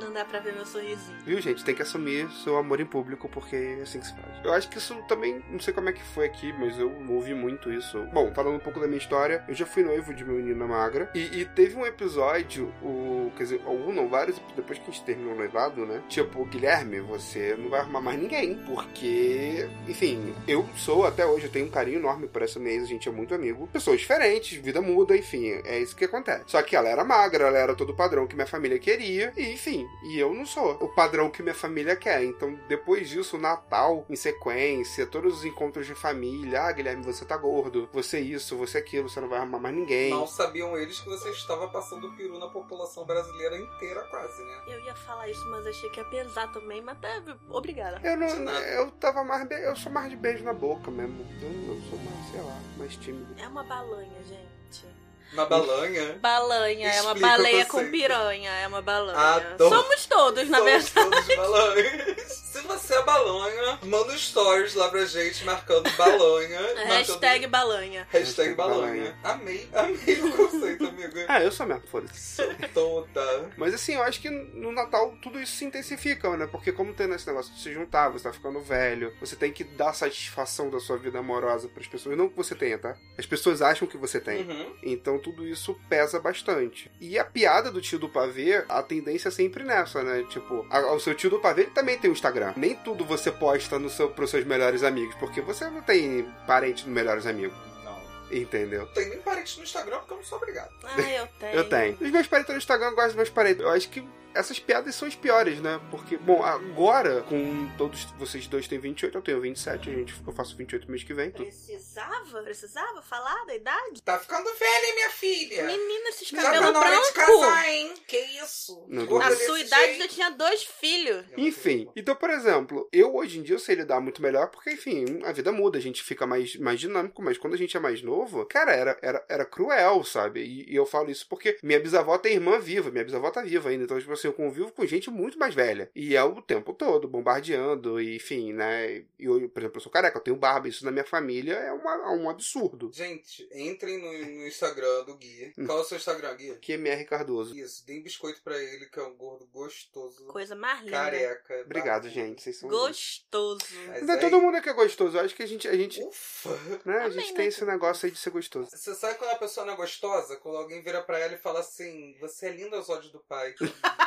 Speaker 3: Não dá pra ver meu sorrisinho.
Speaker 2: Viu, gente? Tem que assumir seu amor em público, porque é assim que se faz. Eu acho que isso também, não sei como é que foi aqui, mas eu ouvi muito isso. Bom, falando um pouco da minha história, eu já fui noivo de uma menina magra. E, e teve um episódio, o. Quer dizer, algum não, vários, depois que a gente terminou o noivado, né? Tipo, Guilherme, você não vai arrumar mais ninguém. Porque, enfim, eu sou até hoje, eu tenho um carinho enorme por essa mesa, a gente é muito amigo. Pessoas diferentes, vida muda, enfim, é isso que acontece. Só que ela era magra, ela era todo o padrão que minha família queria, e enfim, e eu não sou o padrão que minha família quer. Então, depois disso, o Natal em sequência, todos os encontros de família, ah, Guilherme, você tá gordo, você isso, você aquilo, você não vai arrumar mais ninguém.
Speaker 1: Mal sabiam eles que você estava passando peru na população brasileira inteira, quase, né?
Speaker 3: Eu ia falar isso, mas achei que ia pesar também, mas tá, obrigada.
Speaker 2: Eu não,
Speaker 1: De nada.
Speaker 2: eu tava mais, be- eu sou mais de beijo na boca mesmo. Eu, eu sou mais, sei lá, mais tímido.
Speaker 3: É uma balanha, gente.
Speaker 1: Uma balanha.
Speaker 3: Balanha, é uma
Speaker 1: Explica
Speaker 3: baleia
Speaker 1: você.
Speaker 3: com piranha, é uma balanha.
Speaker 1: Adoro.
Speaker 3: Somos todos, na verdade.
Speaker 1: Somos todos
Speaker 3: [laughs]
Speaker 1: balanhas. Se você é balanha, manda um stories lá pra gente marcando
Speaker 3: [laughs]
Speaker 1: balanha. marcando-
Speaker 3: Hashtag balanha.
Speaker 1: Hashtag balanha. Amei, amei o conceito, amigo.
Speaker 2: Ah, eu sou mesmo, foda-se.
Speaker 1: Sou toda.
Speaker 2: Mas assim, eu acho que no Natal tudo isso se intensifica, né? Porque como tem esse negócio de se juntar, você tá ficando velho, você tem que dar satisfação da sua vida amorosa pras pessoas. Não que você tenha, tá? As pessoas acham que você tem.
Speaker 1: Uhum.
Speaker 2: Então tudo isso pesa bastante. E a piada do tio do pavê, a tendência é sempre nessa, né? Tipo, a- o seu tio do pavê ele também tem um Instagram. Nem tudo você posta no seu, pros seus melhores amigos, porque você não tem parente nos melhores amigos,
Speaker 1: Não.
Speaker 2: entendeu?
Speaker 1: Não tem nem parente no Instagram porque eu não sou obrigado.
Speaker 3: Ah,
Speaker 1: [laughs]
Speaker 3: eu tenho.
Speaker 2: Eu tenho. Os meus parentes estão no Instagram, eu gosto dos meus parentes. Eu acho que essas piadas são as piores, né? Porque, bom, agora, com todos vocês dois têm 28, eu tenho 27, gente, eu faço 28 mês que vem.
Speaker 3: Precisava? Precisava falar da idade?
Speaker 1: Tá ficando velha, hein, minha filha?
Speaker 3: Menina, esses
Speaker 1: Já tá
Speaker 3: cabelos
Speaker 1: na hora de
Speaker 3: brancos.
Speaker 1: casar, hein? Que isso?
Speaker 2: Não,
Speaker 1: Gorda
Speaker 3: Na
Speaker 1: desse
Speaker 3: sua idade eu
Speaker 1: jeito.
Speaker 3: tinha dois filhos.
Speaker 2: Enfim, então, por exemplo, eu hoje em dia eu sei lidar muito melhor porque, enfim, a vida muda, a gente fica mais, mais dinâmico, mas quando a gente é mais novo, cara, era, era, era cruel, sabe? E, e eu falo isso porque minha bisavó tem irmã viva, minha bisavó tá viva ainda, então, tipo assim, eu convivo com gente muito mais velha. E é o tempo todo, bombardeando, e, enfim, né? E eu, por exemplo, eu sou careca, eu tenho barba, isso na minha família é, uma, é um absurdo.
Speaker 1: Gente, entrem no, no Instagram do Gui.
Speaker 2: Hum.
Speaker 1: Qual é o seu Instagram, Gui?
Speaker 2: Que MR Cardoso.
Speaker 1: Isso, deem biscoito pra ele, que é um gordo gostoso,
Speaker 3: Coisa mais linda.
Speaker 1: careca.
Speaker 2: Obrigado,
Speaker 1: barbudo.
Speaker 2: gente, vocês
Speaker 1: assim.
Speaker 2: são.
Speaker 3: Gostoso.
Speaker 1: Mas
Speaker 2: Não é
Speaker 1: aí-
Speaker 2: todo mundo que é gostoso, eu acho que a gente, a gente,
Speaker 1: Ufa!
Speaker 2: né, a
Speaker 3: Amém,
Speaker 2: gente
Speaker 3: né?
Speaker 2: tem esse negócio aí de ser gostoso.
Speaker 1: Você sabe quando a pessoa não é gostosa? Quando alguém vira pra ela e fala assim: Você é linda aos olhos do
Speaker 3: [laughs]
Speaker 1: pai.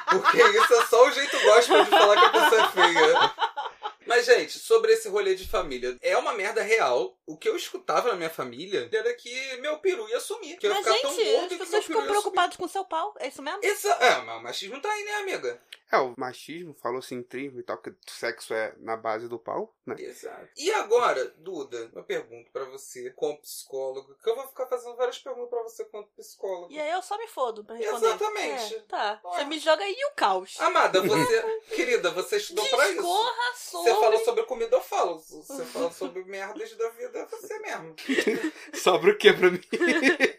Speaker 1: Porque isso é só o jeito gospel de falar que a pessoa é feia. Mas, gente, sobre esse rolê de família, é uma merda real. O que eu escutava na minha família era que meu peru ia sumir. Que eu ia
Speaker 3: Mas,
Speaker 1: ficar tão
Speaker 3: gente,
Speaker 1: gordo
Speaker 3: as
Speaker 1: que
Speaker 3: pessoas
Speaker 1: meu peru
Speaker 3: ficam
Speaker 1: ia sumir.
Speaker 3: preocupadas com seu pau. É isso mesmo?
Speaker 1: Essa, é, mas o machismo tá aí, né, amiga?
Speaker 2: É, o machismo, falocentrismo e tal, que sexo é na base do pau, né? [laughs]
Speaker 1: Exato. E agora, Duda, uma pergunta pra você, como psicólogo, que eu vou ficar fazendo várias perguntas pra você como psicólogo.
Speaker 3: E aí eu só me fodo pra responder.
Speaker 1: Exatamente.
Speaker 3: É, tá.
Speaker 1: Olha.
Speaker 3: Você me joga aí o caos.
Speaker 1: Amada, você. querida, você estudou pra isso.
Speaker 3: Discorra sobre...
Speaker 1: Você fala sobre comida, eu falo. Você fala sobre merdas da vida, é você mesmo.
Speaker 2: Sobra o quê pra mim?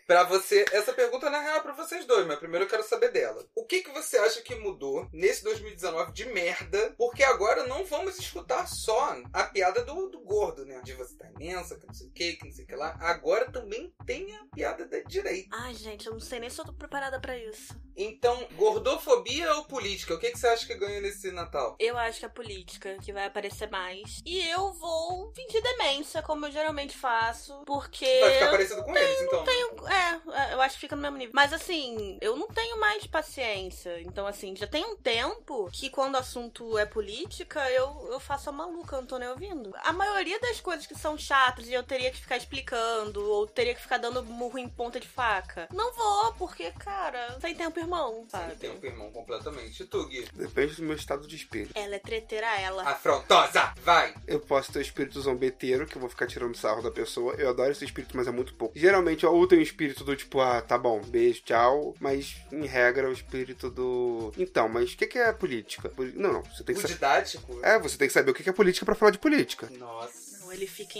Speaker 1: Pra você, essa pergunta na real é pra vocês dois, mas primeiro eu quero saber dela. O que, que você acha que mudou nesse 2019 de merda? Porque agora não vamos escutar só a piada do, do gordo, né? De você tá imensa, que não sei o que, que não sei o que lá. Agora também tem a piada da direita.
Speaker 3: Ai, gente, eu não sei nem se eu tô preparada pra isso.
Speaker 1: Então, gordofobia ou política? O que, que você acha que ganha nesse Natal?
Speaker 3: Eu acho que é política que vai aparecer mais. E eu vou fingir demência, como eu geralmente faço. Porque.
Speaker 1: Vai ficar parecido com eles, então.
Speaker 3: É, eu acho que fica no mesmo nível. Mas assim, eu não tenho mais paciência. Então, assim, já tem um tempo que quando o assunto é política, eu, eu faço a maluca, eu não tô nem ouvindo. A maioria das coisas que são chatas e eu teria que ficar explicando, ou teria que ficar dando murro em ponta de faca. Não vou, porque, cara, sem tempo, irmão, sabe?
Speaker 1: Tem tempo, irmão, completamente. E tu, Gui?
Speaker 2: Depende do meu estado de espírito.
Speaker 3: Ela é treteira, ela.
Speaker 1: Afrontosa! Vai!
Speaker 2: Eu posso ter o espírito zombeteiro, que eu vou ficar tirando sarro da pessoa. Eu adoro esse espírito, mas é muito pouco. Geralmente, ou tem o espírito do tipo, ah, tá bom, beijo, tchau. Mas, em regra, é o espírito do. Então, mas o que, que é política? Poli- Não, não, você tem que É.
Speaker 1: O
Speaker 2: saber.
Speaker 1: didático?
Speaker 2: É, você tem que saber o que que é política pra falar de política.
Speaker 1: Nossa.
Speaker 3: Não, é ele fica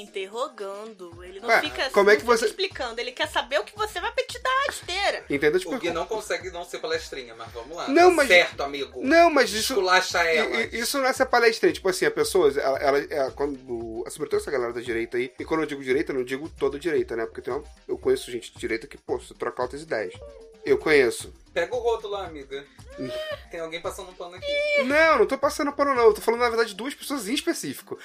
Speaker 3: interrogando, ele não
Speaker 2: Ué,
Speaker 3: fica assim,
Speaker 2: como é
Speaker 3: não
Speaker 2: que
Speaker 3: fica
Speaker 2: você-
Speaker 3: explicando, ele quer saber o que você vai te dar a rasteira.
Speaker 2: Entendeu?
Speaker 1: O
Speaker 2: Tipo,
Speaker 1: Gui não consegue não ser palestrinha, mas vamos lá.
Speaker 2: Não, mas-
Speaker 1: Certo, amigo.
Speaker 2: não, mas isso.
Speaker 1: Esculacha ela.
Speaker 2: E- e- Isso não é ser palestrinha. Tipo assim, a pessoa, ela, ela- ela- quando, sobretudo essa galera da direita aí, e quando eu digo direita, eu não digo toda direita, né? Porque tem uma, eu conheço gente de direita que, pô, se trocar outras ideias. Eu conheço.
Speaker 1: Pega o rodo lá, amiga. Tem alguém passando um pano aqui.
Speaker 2: [laughs] Não, não tô passando pano, não. Eu tô falando, na verdade, de duas pessoas em específico.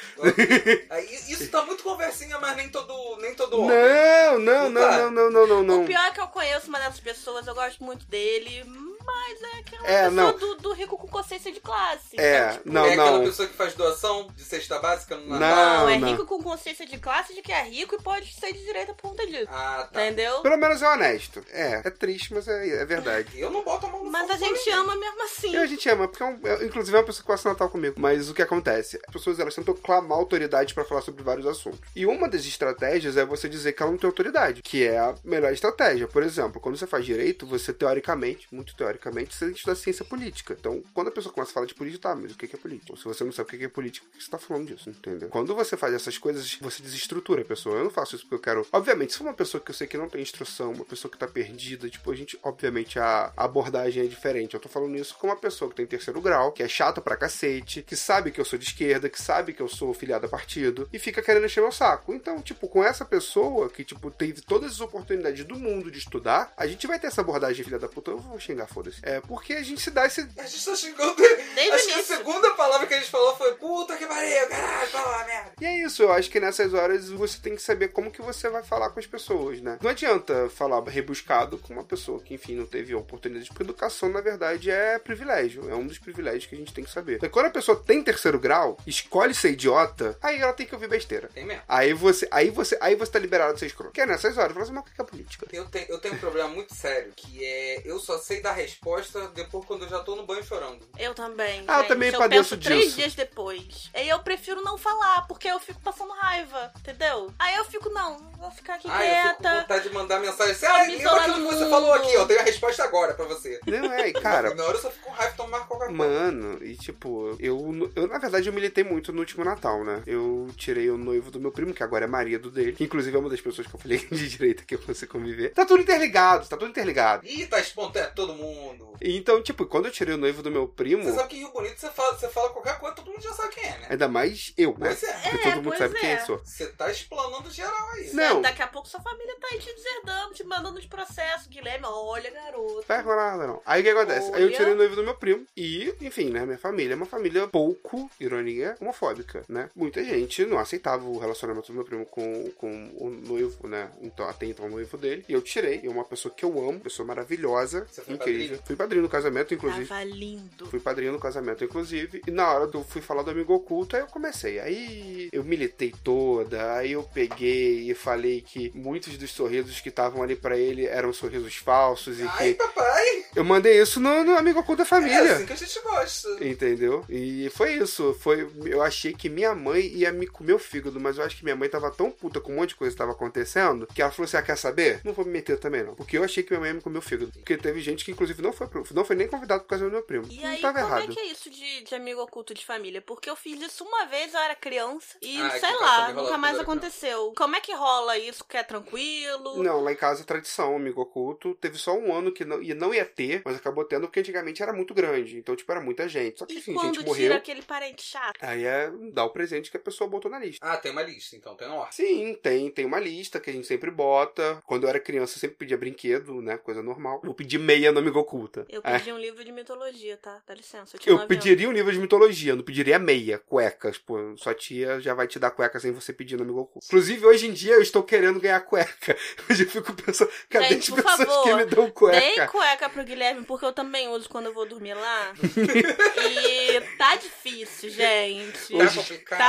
Speaker 1: Aí, isso tá muito conversinha, mas nem todo, nem todo homem.
Speaker 2: Não, não, não, não, não, não, não,
Speaker 3: O
Speaker 2: não.
Speaker 3: pior é que eu conheço uma dessas pessoas, eu gosto muito dele, mas é aquela
Speaker 2: É,
Speaker 3: pessoa
Speaker 2: não.
Speaker 3: do, do rico com consciência de classe.
Speaker 2: É,
Speaker 1: é
Speaker 2: não,
Speaker 1: aquela
Speaker 2: não.
Speaker 1: pessoa que faz doação de cesta básica no
Speaker 2: Não.
Speaker 1: Natal?
Speaker 3: Não, é
Speaker 2: não.
Speaker 3: rico com consciência de classe de que é rico e pode ser de direita por conta disso.
Speaker 1: Ah, tá.
Speaker 3: Entendeu?
Speaker 2: Pelo menos é honesto. É, é triste, mas é, é verdade.
Speaker 1: Eu não boto a mão no
Speaker 3: Mas
Speaker 1: fogo
Speaker 3: a gente
Speaker 1: por
Speaker 3: ama mesmo assim.
Speaker 2: E a gente ama, porque é um, é- inclusive é uma pessoa que passa Natal comigo. Mas o que acontece? As pessoas elas tentam clamar autoridade pra falar sobre vários assuntos. E uma das estratégias é você dizer que ela não tem autoridade, que é a melhor estratégia. Por exemplo, quando você faz direito, você teoricamente, muito teoricamente, você estuda ciência política. Então, quando a pessoa começa a falar de política, tá, mas o que que é política? Se você não sabe o que que é política, por que você tá falando disso? Entendeu? Quando você faz essas coisas, você desestrutura a pessoa. Eu não faço isso porque eu quero. Obviamente, se for uma pessoa que eu sei que não tem instrução, uma pessoa que tá perdida, tipo, a gente, obviamente, a abordagem é diferente. Eu tô falando isso com uma pessoa que tem terceiro grau, que é chata pra cacete, que sabe que eu sou de esquerda, que sabe que eu sou filiado a partido e fica querendo encher meu saco. Então, tipo, com essa pessoa que, tipo, teve todas as oportunidades do mundo de estudar, a gente vai ter essa abordagem filha da puta. Eu vou xingar, foda-se. É porque a gente se dá esse.
Speaker 1: aí. A gente tá xingando.
Speaker 3: Desde
Speaker 1: Acho
Speaker 3: o
Speaker 1: que a
Speaker 3: início.
Speaker 1: segunda palavra que a gente falou foi puta que pariu, caralho, vai lá, merda.
Speaker 2: E é isso, eu acho que nessas horas você tem que saber como que você vai falar com as pessoas, né? Não adianta falar rebuscado com uma pessoa que, enfim, não teve oportunidade, porque educação, na verdade, é privilégio. É um dos privilégios que a gente tem que saber. Então, quando a pessoa tem terceiro grau, escolhe ser idiota, aí ela tem que ouvir besteira.
Speaker 1: Tem mesmo.
Speaker 2: Aí você, aí você, aí você tá liberado de ser escroto. Que é nessas horas, fala assim, mas o que é política?
Speaker 1: Eu, te- eu tenho um problema muito sério, que é eu só sei dar resposta depois quando eu já tô no banho chorando.
Speaker 3: Eu também.
Speaker 2: Ah, eu
Speaker 3: gente.
Speaker 2: também
Speaker 3: eu
Speaker 2: padeço
Speaker 3: penso três
Speaker 2: disso.
Speaker 3: dias depois. E eu prefiro não falar, porque eu fico passando raiva, entendeu? Aí eu fico, não, vou ficar aqui
Speaker 2: Ah,
Speaker 1: Ai, Ah, eu
Speaker 2: um
Speaker 1: fico com
Speaker 3: quieta.
Speaker 1: vontade de mandar mensagem assim,
Speaker 3: Tá
Speaker 1: ah, lembra
Speaker 3: me
Speaker 1: aquilo
Speaker 3: isolando
Speaker 1: que
Speaker 3: no
Speaker 1: você
Speaker 3: mundo."
Speaker 1: falou aqui, ó, tenho a resposta agora pra você.
Speaker 2: Não é, e,
Speaker 1: Na
Speaker 2: cara.
Speaker 1: primeira hora eu só fico com raiva de tomar Coca-Cola.
Speaker 2: Mano, e tipo, eu, eu na verdade eu militei muito no último Natal, né? Eu tirei o noivo do meu primo, que agora é marido dele, que inclusive é uma das pessoas que eu falei [laughs] de direita que eu consigo conviver. Tá tudo interligado, tá tudo interligado.
Speaker 1: Ih, tá espontâneo todo mundo.
Speaker 2: E Então, tipo, quando eu tirei o noivo do meu primo,
Speaker 1: Você sabe que em Rio Bonito você fala, você fala qualquer coisa, todo mundo já sabe quem é, né?
Speaker 2: ainda mais eu, né?
Speaker 1: Pois é.
Speaker 2: Porque
Speaker 3: É,
Speaker 2: todo mundo
Speaker 3: pois
Speaker 2: sabe quem
Speaker 3: é.
Speaker 2: eu sou.
Speaker 1: Você tá explanando geral aí.
Speaker 2: Não.
Speaker 3: Daqui a pouco sua família tá aí te deserdando, te mandando de processo. Guilherme, olha, garoto.
Speaker 2: Vai rolar nada, Tá não. Aí o que acontece? Aí eu
Speaker 3: Olha.
Speaker 2: tirei o noivo do meu primo. E, enfim, né? Minha família é uma família pouco, ironia, homofóbica, né? Muita gente não aceitava o relacionamento do meu primo com, com o noivo, né? Então, até então o noivo dele. E eu tirei. E é uma pessoa que eu amo, pessoa maravilhosa,
Speaker 1: Você foi
Speaker 2: incrível.
Speaker 1: padrinho?
Speaker 2: Fui padrinho no casamento, inclusive.
Speaker 3: Tava lindo.
Speaker 2: Fui padrinho no casamento, inclusive. E na hora do fui falar do amigo oculto, aí eu comecei. Aí eu militei toda, aí eu peguei e falei que muitos dos sorrisos que estavam ali pra ele eram sorrisos falsos e é que
Speaker 1: Ai, papai!
Speaker 2: eu mandei isso no, no Amigo Oculto da
Speaker 1: É
Speaker 2: Família.
Speaker 1: assim que a gente gosta.
Speaker 2: Entendeu? E foi isso. Foi, eu achei que minha mãe ia me comer o fígado, mas eu acho que minha mãe tava tão puta com um monte de coisa que tava acontecendo que ela falou assim: ah, quer saber? Não vou me meter também, não. Porque eu achei que minha mãe ia me comer o fígado. Porque teve gente que, inclusive, não foi, pro- não foi nem convidado por causa do meu primo.
Speaker 3: E
Speaker 2: não
Speaker 3: aí, como
Speaker 2: tava errado.
Speaker 3: é que é isso de, de amigo oculto de família? Porque eu fiz isso uma vez, eu era criança, e
Speaker 1: Ah, é que
Speaker 3: sei
Speaker 1: tá
Speaker 3: lá,
Speaker 1: sabendo rolar
Speaker 3: nunca mais
Speaker 1: quando era
Speaker 3: aconteceu. Como é que rola isso? Que é tranquilo?
Speaker 2: Não, lá em casa é tradição, amigo oculto. Teve só um ano que não, e não ia ter, mas acabou tendo porque antigamente era muito grande. Então, tipo, era muita gente. Só que,
Speaker 3: E
Speaker 2: enfim,
Speaker 3: quando
Speaker 2: gente
Speaker 3: tira
Speaker 2: morreu.
Speaker 3: aquele parente chato?
Speaker 2: Aí é dar o presente que a pessoa botou na lista.
Speaker 1: Ah, tem uma lista, então tem uma ordem.
Speaker 2: Sim, tem, tem uma lista que a gente sempre bota. Quando eu era criança, eu sempre pedia brinquedo, né? Coisa normal. Eu pedi meia no Amigo Oculta.
Speaker 3: Eu
Speaker 2: É.
Speaker 3: pedi um livro de mitologia, tá? Dá licença, eu tinha
Speaker 2: Eu
Speaker 3: nove anos.
Speaker 2: pediria um livro de mitologia, não pediria meia, cuecas. Pô, sua tia já vai te dar cueca sem você pedir no Amigo Oculta. Inclusive, hoje em dia eu estou querendo ganhar cueca. [laughs] Mas eu fico pensando, cadê as
Speaker 3: Gente, por
Speaker 2: pessoas
Speaker 3: favor,
Speaker 2: que me dão cueca?
Speaker 3: Dei cueca pro Guilherme, porque eu também uso quando eu vou dormir lá.
Speaker 2: [laughs]
Speaker 3: e tá difícil, gente.
Speaker 1: Tá
Speaker 3: Tá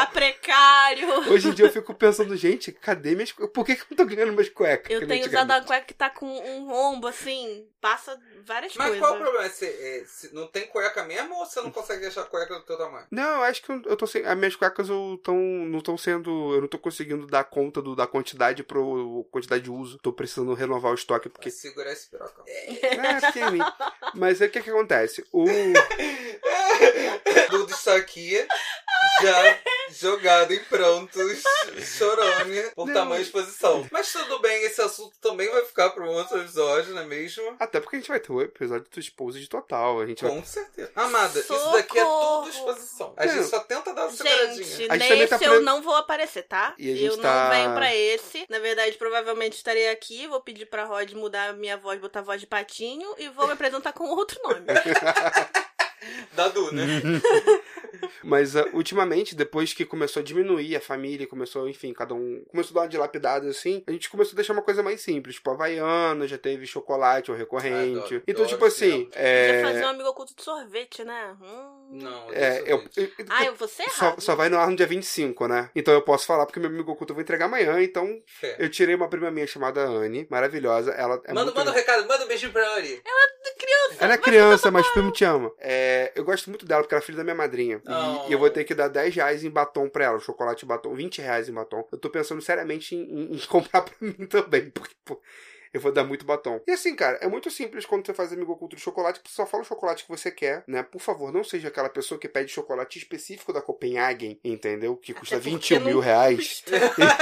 Speaker 1: complicado.
Speaker 3: precário.
Speaker 2: Hoje em dia eu fico pensando, gente, cadê minhas cuecas? Por que, que eu não tô ganhando minhas cuecas?
Speaker 3: Eu
Speaker 2: Que nem
Speaker 3: tenho usado
Speaker 2: antigamente.
Speaker 3: uma cueca que tá com um rombo, assim, passa várias
Speaker 1: Mas
Speaker 3: coisas.
Speaker 1: qual o problema? Você, é, se não tem cueca mesmo ou você não consegue achar cueca do teu tamanho?
Speaker 2: Não, eu acho que eu, eu tô sem. As minhas cuecas eu tão, não estão sendo. Eu não tô conseguindo dar conta do, da quantidade pro quantidade de uso. Tô precisando renovar o estoque,
Speaker 1: Vai [laughs]
Speaker 2: porque.
Speaker 1: segurar esse piroca.
Speaker 2: É, porque é mim. Mas aí o que, que acontece? O.
Speaker 1: Tudo isso aqui já jogado em prontos, chorone,
Speaker 2: [laughs]
Speaker 1: por
Speaker 2: Não.
Speaker 1: tamanho e exposição. Mas tudo bem, esse assunto também vai ficar para um outro episódio, não é mesmo?
Speaker 2: Até porque a gente vai ter o episódio do Exposed total. A gente vai.
Speaker 1: Com certeza. Amada, isso
Speaker 3: Socorro.
Speaker 1: daqui é tudo exposição. A gente
Speaker 2: Não.
Speaker 1: só tenta dar sangradinha.
Speaker 3: Gente,
Speaker 2: A gente também
Speaker 3: nesse
Speaker 2: tá
Speaker 3: eu
Speaker 2: pre-
Speaker 3: não vou aparecer, tá?
Speaker 2: E a gente
Speaker 3: eu
Speaker 2: tá-
Speaker 3: não venho pra esse. Na verdade, provavelmente estarei aqui. Vou pedir pra Rod mudar a minha voz, botar a voz de patinho e vou me apresentar com outro nome.
Speaker 1: Da Du,
Speaker 2: Uhum.
Speaker 1: né?
Speaker 2: Mas ah, ultimamente, depois que começou a diminuir a família, começou, enfim, cada um começou a dar uma dilapidada assim, a gente começou a deixar uma coisa mais simples, tipo Havaiana, já teve chocolate ou recorrente.
Speaker 1: Adoro,
Speaker 2: então,
Speaker 1: adoro
Speaker 2: tipo
Speaker 1: esse
Speaker 2: assim,
Speaker 1: álbum.
Speaker 2: é.
Speaker 3: Podia fazer um amigo oculto de sorvete, né? Hum.
Speaker 1: Não,
Speaker 2: é, eu, eu- eu-
Speaker 3: Ah, eu vou ser
Speaker 2: só,
Speaker 3: errado.
Speaker 2: só vai no ar no dia 25, né? Então eu posso falar porque meu amigo oculto eu vou entregar amanhã, então
Speaker 1: Fé.
Speaker 2: eu tirei uma prima minha chamada Anne, maravilhosa. Ela é
Speaker 1: manda,
Speaker 2: muito
Speaker 1: manda um recado, manda um beijinho pra Anne.
Speaker 2: Ela é criança, mas primo te ama. É, eu gosto muito dela, porque ela é filha da minha madrinha. E-
Speaker 1: Oh.
Speaker 2: E, eu vou ter que dar 10 reais em batom pra ela, chocolate e batom, 20 reais em batom. Eu tô pensando seriamente em, em- [laughs] em comprar pra mim também, porque, pô, eu vou dar muito batom. E assim, cara, é muito simples quando você faz amigo oculto de chocolate, porque só fala o chocolate que você quer, né? Por favor, não seja aquela pessoa que pede chocolate específico da Copenhagen, entendeu? Que
Speaker 3: [laughs]
Speaker 2: custa
Speaker 3: Até
Speaker 2: 21
Speaker 3: É porque
Speaker 2: mil
Speaker 3: não
Speaker 2: reais, [laughs]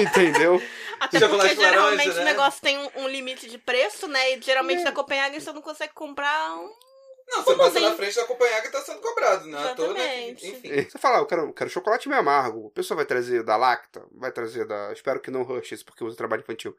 Speaker 2: entendeu?
Speaker 3: [laughs] Até
Speaker 1: Chocolate
Speaker 3: porque
Speaker 1: laranja,
Speaker 3: geralmente
Speaker 1: né?
Speaker 3: o negócio tem um, um limite de preço, né? E geralmente na Copenhagen você não consegue comprar um.
Speaker 1: Não, você
Speaker 3: Como
Speaker 1: passa
Speaker 3: assim?
Speaker 1: na frente da Copenhague e tá sendo cobrado, né? À toa, né?
Speaker 3: Exatamente.
Speaker 1: Enfim.
Speaker 2: Você fala, ah, eu quero, eu quero chocolate meio amargo. A pessoa vai trazer da Lacta, vai trazer da. Espero que não Rushes, porque eu uso trabalho infantil.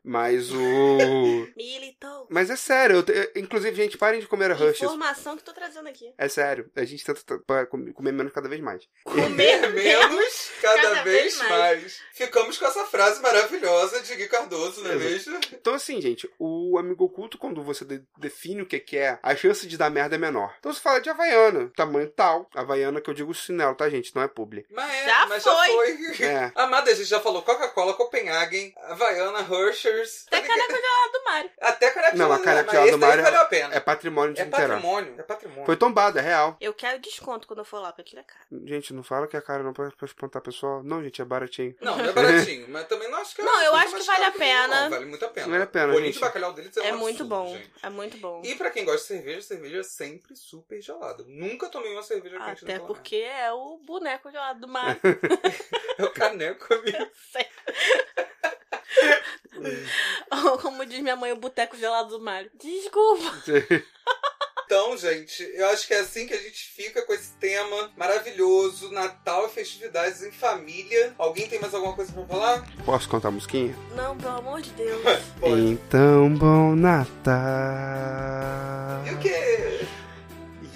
Speaker 1: [laughs]
Speaker 2: Mas o.
Speaker 3: Militou.
Speaker 2: Mas é sério, eu te- inclusive, gente, parem de comer a Rushes.
Speaker 3: Informação que tô trazendo aqui.
Speaker 2: É sério, a gente tenta t- pra com- comer menos cada vez mais. É
Speaker 3: Comer menos.
Speaker 1: menos cada,
Speaker 3: cada
Speaker 1: vez,
Speaker 3: vez
Speaker 1: mais. Ficamos com essa frase maravilhosa de Gui Cardoso, não é
Speaker 2: Exato.
Speaker 1: mesmo?
Speaker 2: Então, assim, gente, o amigo oculto, quando você de- define o que, que é, a chance de dar merda é menor. Então, você fala de Havaiana, tamanho tal. Havaiana que eu digo sinal, tá, gente? Não é
Speaker 1: [laughs]
Speaker 2: publi.
Speaker 1: Mas é,
Speaker 3: Já
Speaker 1: mas já
Speaker 3: foi.
Speaker 1: foi.
Speaker 2: É.
Speaker 1: Amada, [laughs] a gente já falou Coca-Cola, Copenhagen, Havaiana, Hershey's.
Speaker 3: [laughs] Até caneco gelado do Mário.
Speaker 1: Até Carapiola
Speaker 2: Não, a
Speaker 1: do
Speaker 2: Carapiola
Speaker 1: Mar, mas
Speaker 2: do
Speaker 1: esse
Speaker 2: Mar
Speaker 1: daí
Speaker 2: é-
Speaker 1: valeu a pena.
Speaker 2: É patrimônio de
Speaker 1: É
Speaker 2: Niterói.
Speaker 1: patrimônio, é patrimônio.
Speaker 2: Foi tombado, é real.
Speaker 3: Eu quero desconto quando eu for lá pra tirar cara.
Speaker 2: Gente, não fala que é caro não pra, pra espantar pessoal. Não, gente, é baratinho.
Speaker 1: Não, [laughs] não é baratinho, mas também não acho que é
Speaker 3: Não, eu
Speaker 1: muito
Speaker 3: acho
Speaker 1: mais
Speaker 3: que vale
Speaker 1: caro
Speaker 3: a
Speaker 1: que Rio,
Speaker 3: pena.
Speaker 1: Não, vale muito a pena.
Speaker 2: Vale a pena,
Speaker 1: O bolinho de
Speaker 2: gente.
Speaker 1: bacalhau deles é, um
Speaker 3: É muito
Speaker 1: absurdo,
Speaker 3: bom.
Speaker 1: gente.
Speaker 3: É muito bom.
Speaker 1: E pra quem gosta de cerveja, cerveja é sempre super gelada. Nunca tomei uma cerveja quente
Speaker 3: Até
Speaker 1: naquela
Speaker 3: porque é o boneco gelado
Speaker 2: [laughs]
Speaker 3: do Mário.
Speaker 1: [laughs] merda. É o caneco, amigo.
Speaker 3: Ou [laughs] Como diz minha mãe, o boteco gelado do Mário. Desculpa.
Speaker 1: Então, gente, eu acho que é assim que a gente fica com esse tema maravilhoso, Natal e festividades em família. Alguém tem mais alguma coisa pra
Speaker 2: [laughs]
Speaker 1: falar?
Speaker 2: Posso cantar a musiquinha?
Speaker 3: Não, pelo amor de Deus.
Speaker 1: Pode.
Speaker 2: Então, bom Natal.
Speaker 1: E o quê?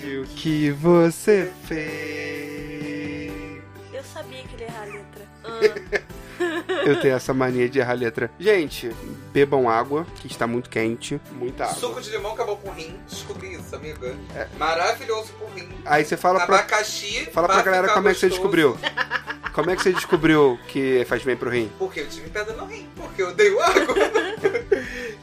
Speaker 2: E o que você fez?
Speaker 3: Eu sabia que ele ia errar a letra. Ah,
Speaker 2: Eu tenho essa mania de errar a letra. Gente, bebam água, que está muito quente. Muita água.
Speaker 1: Suco de limão acabou com rim. Descobri isso, amiga. Maravilhoso com rim.
Speaker 2: Aí você É. fala pra,
Speaker 1: Abacaxi.
Speaker 2: fala pra galera
Speaker 1: ficar
Speaker 2: como é que você
Speaker 1: gostoso.
Speaker 2: descobriu. [laughs] Como é que você descobriu que faz bem pro rim?
Speaker 1: Porque eu tive pedra no rim, porque eu dei o
Speaker 2: [laughs]
Speaker 1: água.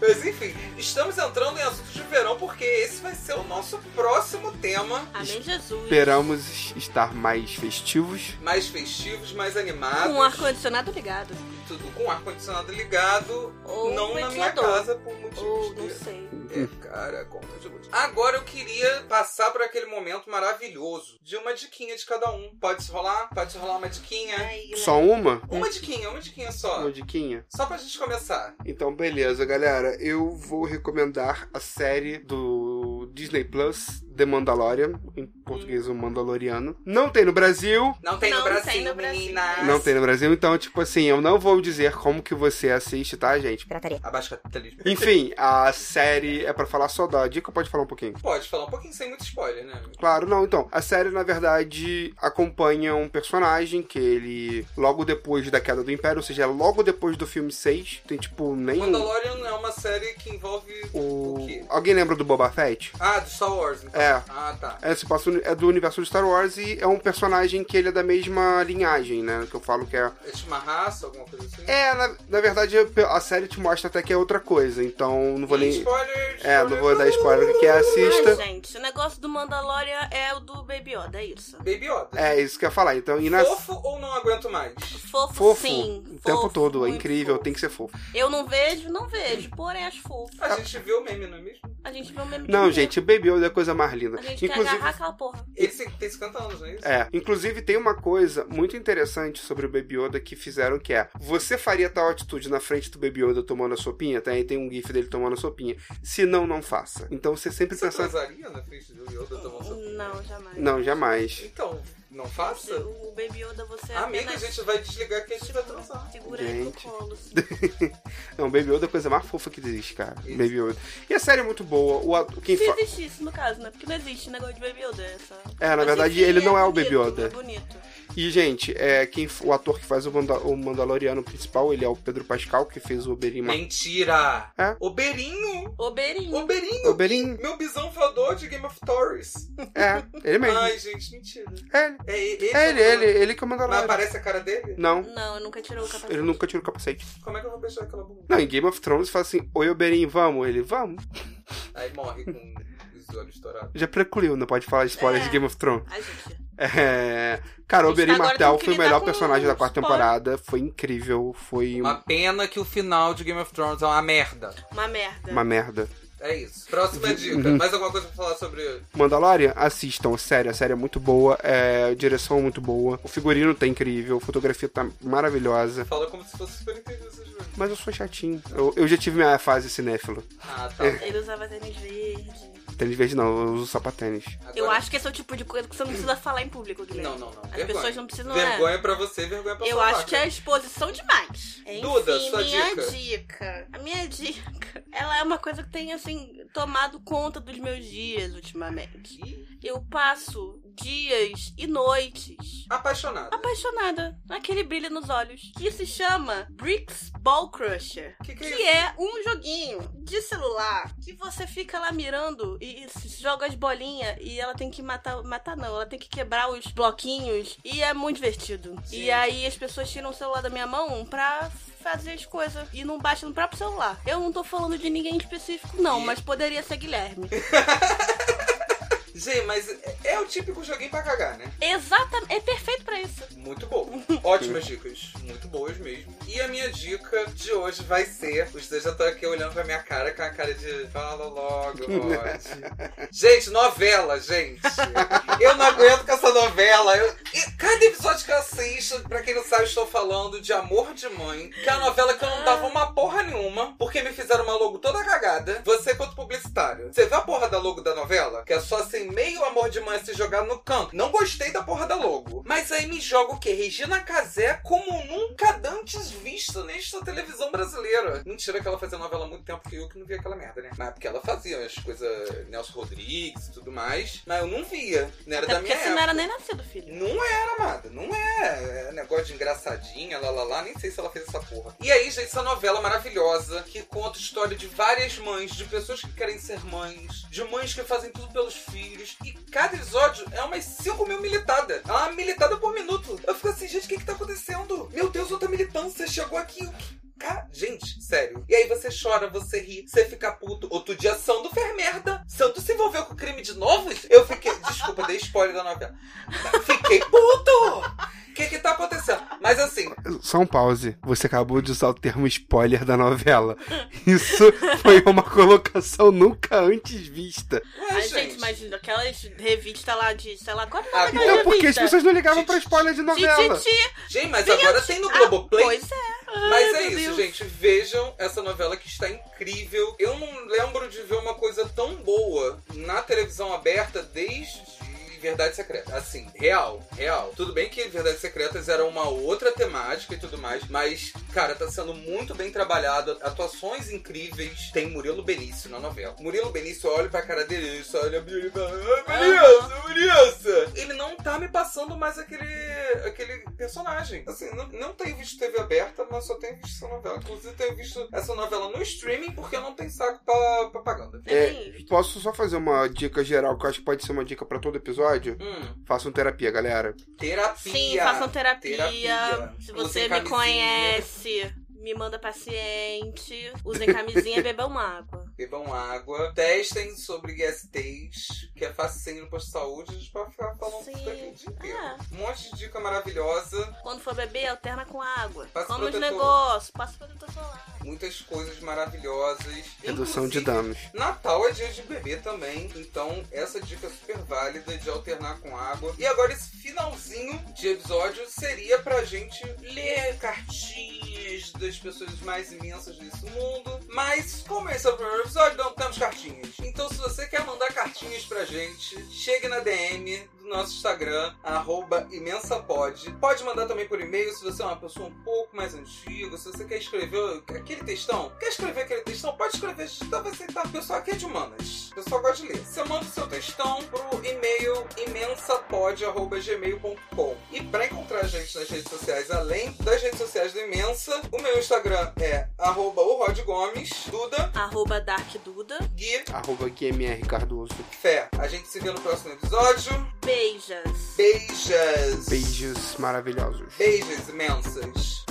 Speaker 1: Mas enfim, estamos entrando em assuntos de verão, porque esse vai ser o nosso próximo tema.
Speaker 3: Ah, Amém, Jesus.
Speaker 2: Esperamos estar mais festivos.
Speaker 1: Mais festivos, mais animados.
Speaker 3: Com o ar-condicionado ligado.
Speaker 1: Tudo com ar-condicionado ligado.
Speaker 3: Ou
Speaker 1: não
Speaker 3: um
Speaker 1: na minha
Speaker 3: ventilador.
Speaker 1: casa, por motivos
Speaker 3: Ou não
Speaker 1: de...
Speaker 3: sei.
Speaker 1: É, cara, conta de luz. Agora eu queria passar para aquele momento maravilhoso de uma diquinha de cada um. Pode se rolar? Pode se rolar uma diquinha?
Speaker 3: Ai,
Speaker 2: Só uma?
Speaker 1: Uma diquinha, uma diquinha só.
Speaker 2: Uma diquinha?
Speaker 1: Só pra gente começar.
Speaker 2: Então, beleza, galera. Eu vou recomendar a série do Disney Plus, The Mandalorian, em português o Mandaloriano. Não tem no Brasil.
Speaker 1: Não tem no
Speaker 3: Não
Speaker 1: Brasil,
Speaker 3: tem no Brasil.
Speaker 1: meninas.
Speaker 2: Não tem no Brasil, então, tipo assim, eu não vou dizer como que você assiste, tá, gente?
Speaker 4: Pirataria.
Speaker 1: Abaixo capitalismo.
Speaker 2: Enfim, a série é pra falar só da dica, pode falar um pouquinho?
Speaker 1: Pode falar um pouquinho sem muito spoiler, né? amigo?
Speaker 2: Claro, não. Então, a série, na verdade, acompanha um personagem que ele, logo depois da queda do Império, ou seja, logo depois do filme 6, tem, tipo, nem...
Speaker 1: Mandalorian é uma série que envolve o
Speaker 2: O...
Speaker 1: quê?
Speaker 2: Alguém lembra do Boba Fett?
Speaker 1: Ah, do Star Wars, então.
Speaker 2: É.
Speaker 1: Ah, tá.
Speaker 2: É, se passa, é do universo de Star Wars e é um personagem que ele é da mesma linhagem, né? Que eu falo que é.
Speaker 1: É de uma raça, alguma coisa assim?
Speaker 2: É, na, na verdade, a série te mostra até que é outra coisa, então não vou
Speaker 1: E
Speaker 2: nem.
Speaker 1: Spoiler, spoiler.
Speaker 2: É, não vou dar spoiler pra quem
Speaker 3: Ai,
Speaker 2: assista.
Speaker 3: gente, o negócio do Mandalorian é o do Baby Yoda, é isso.
Speaker 1: Baby Yoda.
Speaker 2: É isso que eu ia falar. Então, e na.
Speaker 1: Fofo ou não aguento mais?
Speaker 3: Fofo,
Speaker 2: Fofo
Speaker 3: sim.
Speaker 2: o
Speaker 3: fofo,
Speaker 2: tempo todo, é
Speaker 3: muito
Speaker 2: incrível,
Speaker 3: fofo.
Speaker 2: tem que ser fofo.
Speaker 3: Eu não vejo, não vejo, porém acho fofo.
Speaker 2: Ah.
Speaker 1: A gente viu o meme, não é mesmo?
Speaker 3: A gente vê o mesmo
Speaker 2: Não,
Speaker 3: dia.
Speaker 2: gente, o Baby Yoda é a coisa mais linda.
Speaker 3: A gente quer
Speaker 2: Inclusive,
Speaker 3: agarrar aquela porra.
Speaker 1: Ele tem tem 50 anos, não é isso?
Speaker 2: É, inclusive tem uma coisa muito interessante sobre o Baby Yoda que fizeram que é: você faria tal atitude na frente do Baby Yoda tomando a sopinha, tá? E tem um gif dele tomando a sopinha. Se não, não faça. Então você sempre
Speaker 1: Você
Speaker 2: pensa.
Speaker 1: transaria na frente do Yoda tomando seu
Speaker 3: Não, jamais.
Speaker 2: Não, jamais.
Speaker 1: Então, Não faça?
Speaker 3: O Baby Yoda, você é
Speaker 1: Amiga, a
Speaker 3: apenas
Speaker 1: gente vai desligar que a gente vai
Speaker 3: segura,
Speaker 1: transar.
Speaker 3: segura ele no
Speaker 2: Gente.
Speaker 3: colo. assim.
Speaker 2: Não, Baby Yoda é a coisa mais fofa que existe, cara.
Speaker 1: Isso.
Speaker 2: Baby Yoda. E a série é muito boa. O ato- quem
Speaker 3: Se
Speaker 2: fa...
Speaker 3: existisse, no caso, né? Porque não existe negócio de Baby Yoda. É, só...
Speaker 2: É, na
Speaker 3: Mas,
Speaker 2: verdade,
Speaker 3: enfim,
Speaker 2: ele não é o
Speaker 3: bonito,
Speaker 2: Baby Yoda.
Speaker 3: É bonito.
Speaker 2: E, gente, é, quem, f- o ator que faz o, Manda- o Mandaloriano principal, ele é o Pedro Pascal, que fez o Oberyn. Ma-
Speaker 1: Mentira!
Speaker 2: É.
Speaker 1: Oberinho!
Speaker 3: Oberinho.
Speaker 1: Oberinho!
Speaker 2: Oberyn?
Speaker 1: Meu bisão feodor de Game of Thrones.
Speaker 2: É, ele mesmo.
Speaker 1: Ai, gente, mentira.
Speaker 2: É ele.
Speaker 1: É ele.
Speaker 2: É ele, ele, ele que é o
Speaker 1: Mas
Speaker 2: Mandaloriano.
Speaker 1: aparece a cara dele?
Speaker 2: Não,
Speaker 3: Não, eu nunca tirou o capacete.
Speaker 2: ele nunca tira o capacete.
Speaker 1: Como é que eu vou beijar aquela bunda?
Speaker 2: Não, em Game of Thrones fala assim, oi Oberyn, vamos? Ele, vamos.
Speaker 1: Aí morre com os olhos estourados.
Speaker 2: Já precluiu, não pode falar de spoilers
Speaker 3: É.
Speaker 2: de Game of Thrones.
Speaker 3: Ai, gente.
Speaker 2: É... Cara,
Speaker 3: Gente,
Speaker 2: Oberyn
Speaker 3: agora
Speaker 2: Martel
Speaker 3: temos que
Speaker 2: foi o
Speaker 3: lidar
Speaker 2: melhor
Speaker 3: com
Speaker 2: personagem da quarta
Speaker 3: spoiler.
Speaker 2: temporada. Foi incrível, foi um-
Speaker 1: Uma pena que o final de Game of Thrones é uma merda.
Speaker 3: Uma merda.
Speaker 2: uma merda.
Speaker 1: É isso. Próxima dica. Mais alguma coisa pra falar sobre.
Speaker 2: Mandalorian, assistam, sério, a série é muito boa, é, a direção é muito boa, o figurino tá incrível, a fotografia tá maravilhosa.
Speaker 1: Fala como se fosse super incrível essas vezes.
Speaker 2: Mas eu sou chatinho. Eu, eu já tive minha fase cinéfilo.
Speaker 1: Ah, tá.
Speaker 3: Ele usava tênis verde.
Speaker 2: Tênis verde não, eu uso sapatênis.
Speaker 3: Eu
Speaker 1: Agora-
Speaker 3: acho que esse é o tipo de coisa que você não precisa falar em público, Guilherme.
Speaker 1: Não, não, não.
Speaker 3: As
Speaker 1: Vergonha.
Speaker 3: pessoas não precisam... né?
Speaker 1: Vergonha pra você, vergonha pra né?
Speaker 3: Eu
Speaker 1: sua
Speaker 3: acho
Speaker 1: vaca.
Speaker 3: que é exposição demais.
Speaker 1: Duda,
Speaker 3: Enfim,
Speaker 1: sua
Speaker 3: minha
Speaker 1: dica.
Speaker 3: A minha dica, ela é uma coisa que tem, assim, tomado conta dos meus dias ultimamente.
Speaker 1: Ih,
Speaker 3: Eu passo dias e noites
Speaker 1: Apaixonada.
Speaker 3: apaixonada naquele brilho nos olhos, que se chama Bricks Ball Crusher.
Speaker 1: Que que é
Speaker 3: Que é um joguinho de celular que você fica lá mirando e se joga as bolinhas e ela tem que matar. Matar não, ela tem que quebrar os bloquinhos e é muito divertido.
Speaker 1: Sim.
Speaker 3: E aí as pessoas tiram o celular da minha mão pra fazer as coisas e não baixa no próprio celular. Eu não tô falando de ninguém em específico, não,
Speaker 1: E-
Speaker 3: mas poderia ser Guilherme.
Speaker 1: Gente, mas é- é o típico joguinho pra cagar, né?
Speaker 3: Exatamente, é perfeito pra isso.
Speaker 1: Muito bom. Ótimas dicas. Muito boas mesmo. E a minha dica de hoje vai ser. Os dois já estão aqui olhando pra minha cara com a cara de. Fala logo, Rod. gente, novela, gente. Eu não aguento com essa novela. Eu... e Cada episódio que eu assisto, pra quem não sabe, eu estou falando de Amor de Mãe, que é uma novela que eu não dava uma porra nenhuma, porque me fizeram uma logo toda cagada. Você, quanto publicitário, você viu a porra da logo da novela? Que é só assim, meio Amor de Mãe se jogar no canto. Não gostei da porra da logo. Mas aí me joga o quê? Regina Casé como nunca antes visto nesta televisão brasileira. Mentira que ela fazia novela há muito tempo que eu que não via aquela merda, né? Mas porque ela fazia as coisas Nelson Rodrigues e tudo mais, mas eu não via. Não era
Speaker 3: Até
Speaker 1: da
Speaker 3: É porque
Speaker 1: minha
Speaker 3: você
Speaker 1: época.
Speaker 3: não era nem nascido, filho.
Speaker 1: Não era, amada. Não é. É negócio de engraçadinha, lá, lá, lá. Nem sei se ela fez essa porra. E aí, gente, essa novela maravilhosa que conta a história de várias mães, de pessoas que querem ser mães, de mães que fazem tudo pelos filhos. E cada episódio é umas 5 mil militadas. É uma militada por minuto. Eu fico assim, gente, o que que tá acontecendo? Meu Deus, outra militância chegou aqui. O que- Ca- Gente, sério. E aí você chora, você ri, você fica puto. Outro dia, Sandro fez merda. Sandro se envolveu com crime de novo? Eu fiquei. Desculpa, dei spoiler da novela. Fiquei puto! O que que tá acontecendo? Mas assim,
Speaker 2: Só um pause. Você acabou de usar o termo spoiler da novela. Isso foi uma colocação nunca antes vista.
Speaker 1: ué,
Speaker 3: Ai,
Speaker 1: É, gente.
Speaker 3: gente, imagina aquelas revistas lá de, sei lá, qual é o
Speaker 1: Ah,
Speaker 3: nome daquela
Speaker 2: Então por que as
Speaker 3: revista?
Speaker 2: pessoas não ligavam pra spoiler de novela?
Speaker 3: Ti, ti, ti.
Speaker 1: Gente, mas agora tem no Globoplay.
Speaker 3: Ah, pois é. Ai,
Speaker 1: Mas é
Speaker 3: meu
Speaker 1: isso,
Speaker 3: Deus.
Speaker 1: gente. Vejam essa novela que está incrível. Eu não lembro de ver uma coisa tão boa na televisão aberta desde. Verdade Secreta. Assim, real, real. Tudo bem que Verdades Secretas era uma outra temática e tudo mais, mas, cara, tá sendo muito bem trabalhado. Atuações incríveis. Tem Murilo Benício na novela. Murilo Benício, olha pra cara dele, ele só olha pra ele e fala, "Ah, Murilo, Murilo! Ele não tá me passando mais aquele aquele personagem. Assim, não, não tenho visto TV aberta, mas só tenho visto essa novela. Inclusive, tenho visto essa novela no streaming porque eu não tenho saco pra propaganda.
Speaker 3: É,
Speaker 2: É, Posso só fazer uma dica geral, que eu acho que pode ser uma dica pra todo episódio?
Speaker 1: Hum,
Speaker 2: Façam terapia, galera.
Speaker 1: terapia.
Speaker 3: Sim, façam terapia.
Speaker 1: Terapia.
Speaker 3: Se
Speaker 1: Usem
Speaker 3: você me
Speaker 1: camisinha.
Speaker 3: conhece, me manda paciente. Usem camisinha [laughs] e bebam água.
Speaker 1: Bebam água. Testem sobre ISTs, que é facinho no posto de saúde. A gente pode ficar falando
Speaker 3: Sim.
Speaker 1: isso daqui o dia inteiro.
Speaker 3: Ah.
Speaker 1: Um monte de dica maravilhosa.
Speaker 3: Quando for beber, alterna com água.
Speaker 1: Passa
Speaker 3: Come os
Speaker 1: protetor.
Speaker 3: negócios, passa protetor solar.
Speaker 1: Muitas coisas maravilhosas.
Speaker 2: Redução de
Speaker 1: Inclusive,
Speaker 2: danos.
Speaker 1: Natal é dia de bebê também, então essa dica é super válida de alternar com água. E agora esse finalzinho de episódio seria pra gente ler cartinhas das pessoas mais imensas desse mundo. Mas como esse é o primeiro episódio, não temos cartinhas. Então se você quer mandar cartinhas pra gente, chegue na DM do nosso Instagram, arroba imensapod. Pode mandar também por e-mail se você é uma pessoa um pouco mais antiga, se você quer escrever aquele textão. Quer escrever aquele textão? Pode escrever, vai aceitar. O pessoal aqui é de humanas. O pessoal gosta de ler. Você manda o seu textão pro e-mail imensapod.gmail.com. E pra encontrar a gente nas redes sociais, além das redes sociais do Imensa, o meu Instagram é arroba o Rod Gomes, Duda,
Speaker 3: Arroba Dark Duda.
Speaker 1: Gui,
Speaker 2: Arroba QMR Cardoso.
Speaker 1: Fé. A gente se vê no próximo episódio.
Speaker 3: Beijas.
Speaker 1: Beijos.
Speaker 2: Beijos maravilhosos.
Speaker 1: Beijos imensas.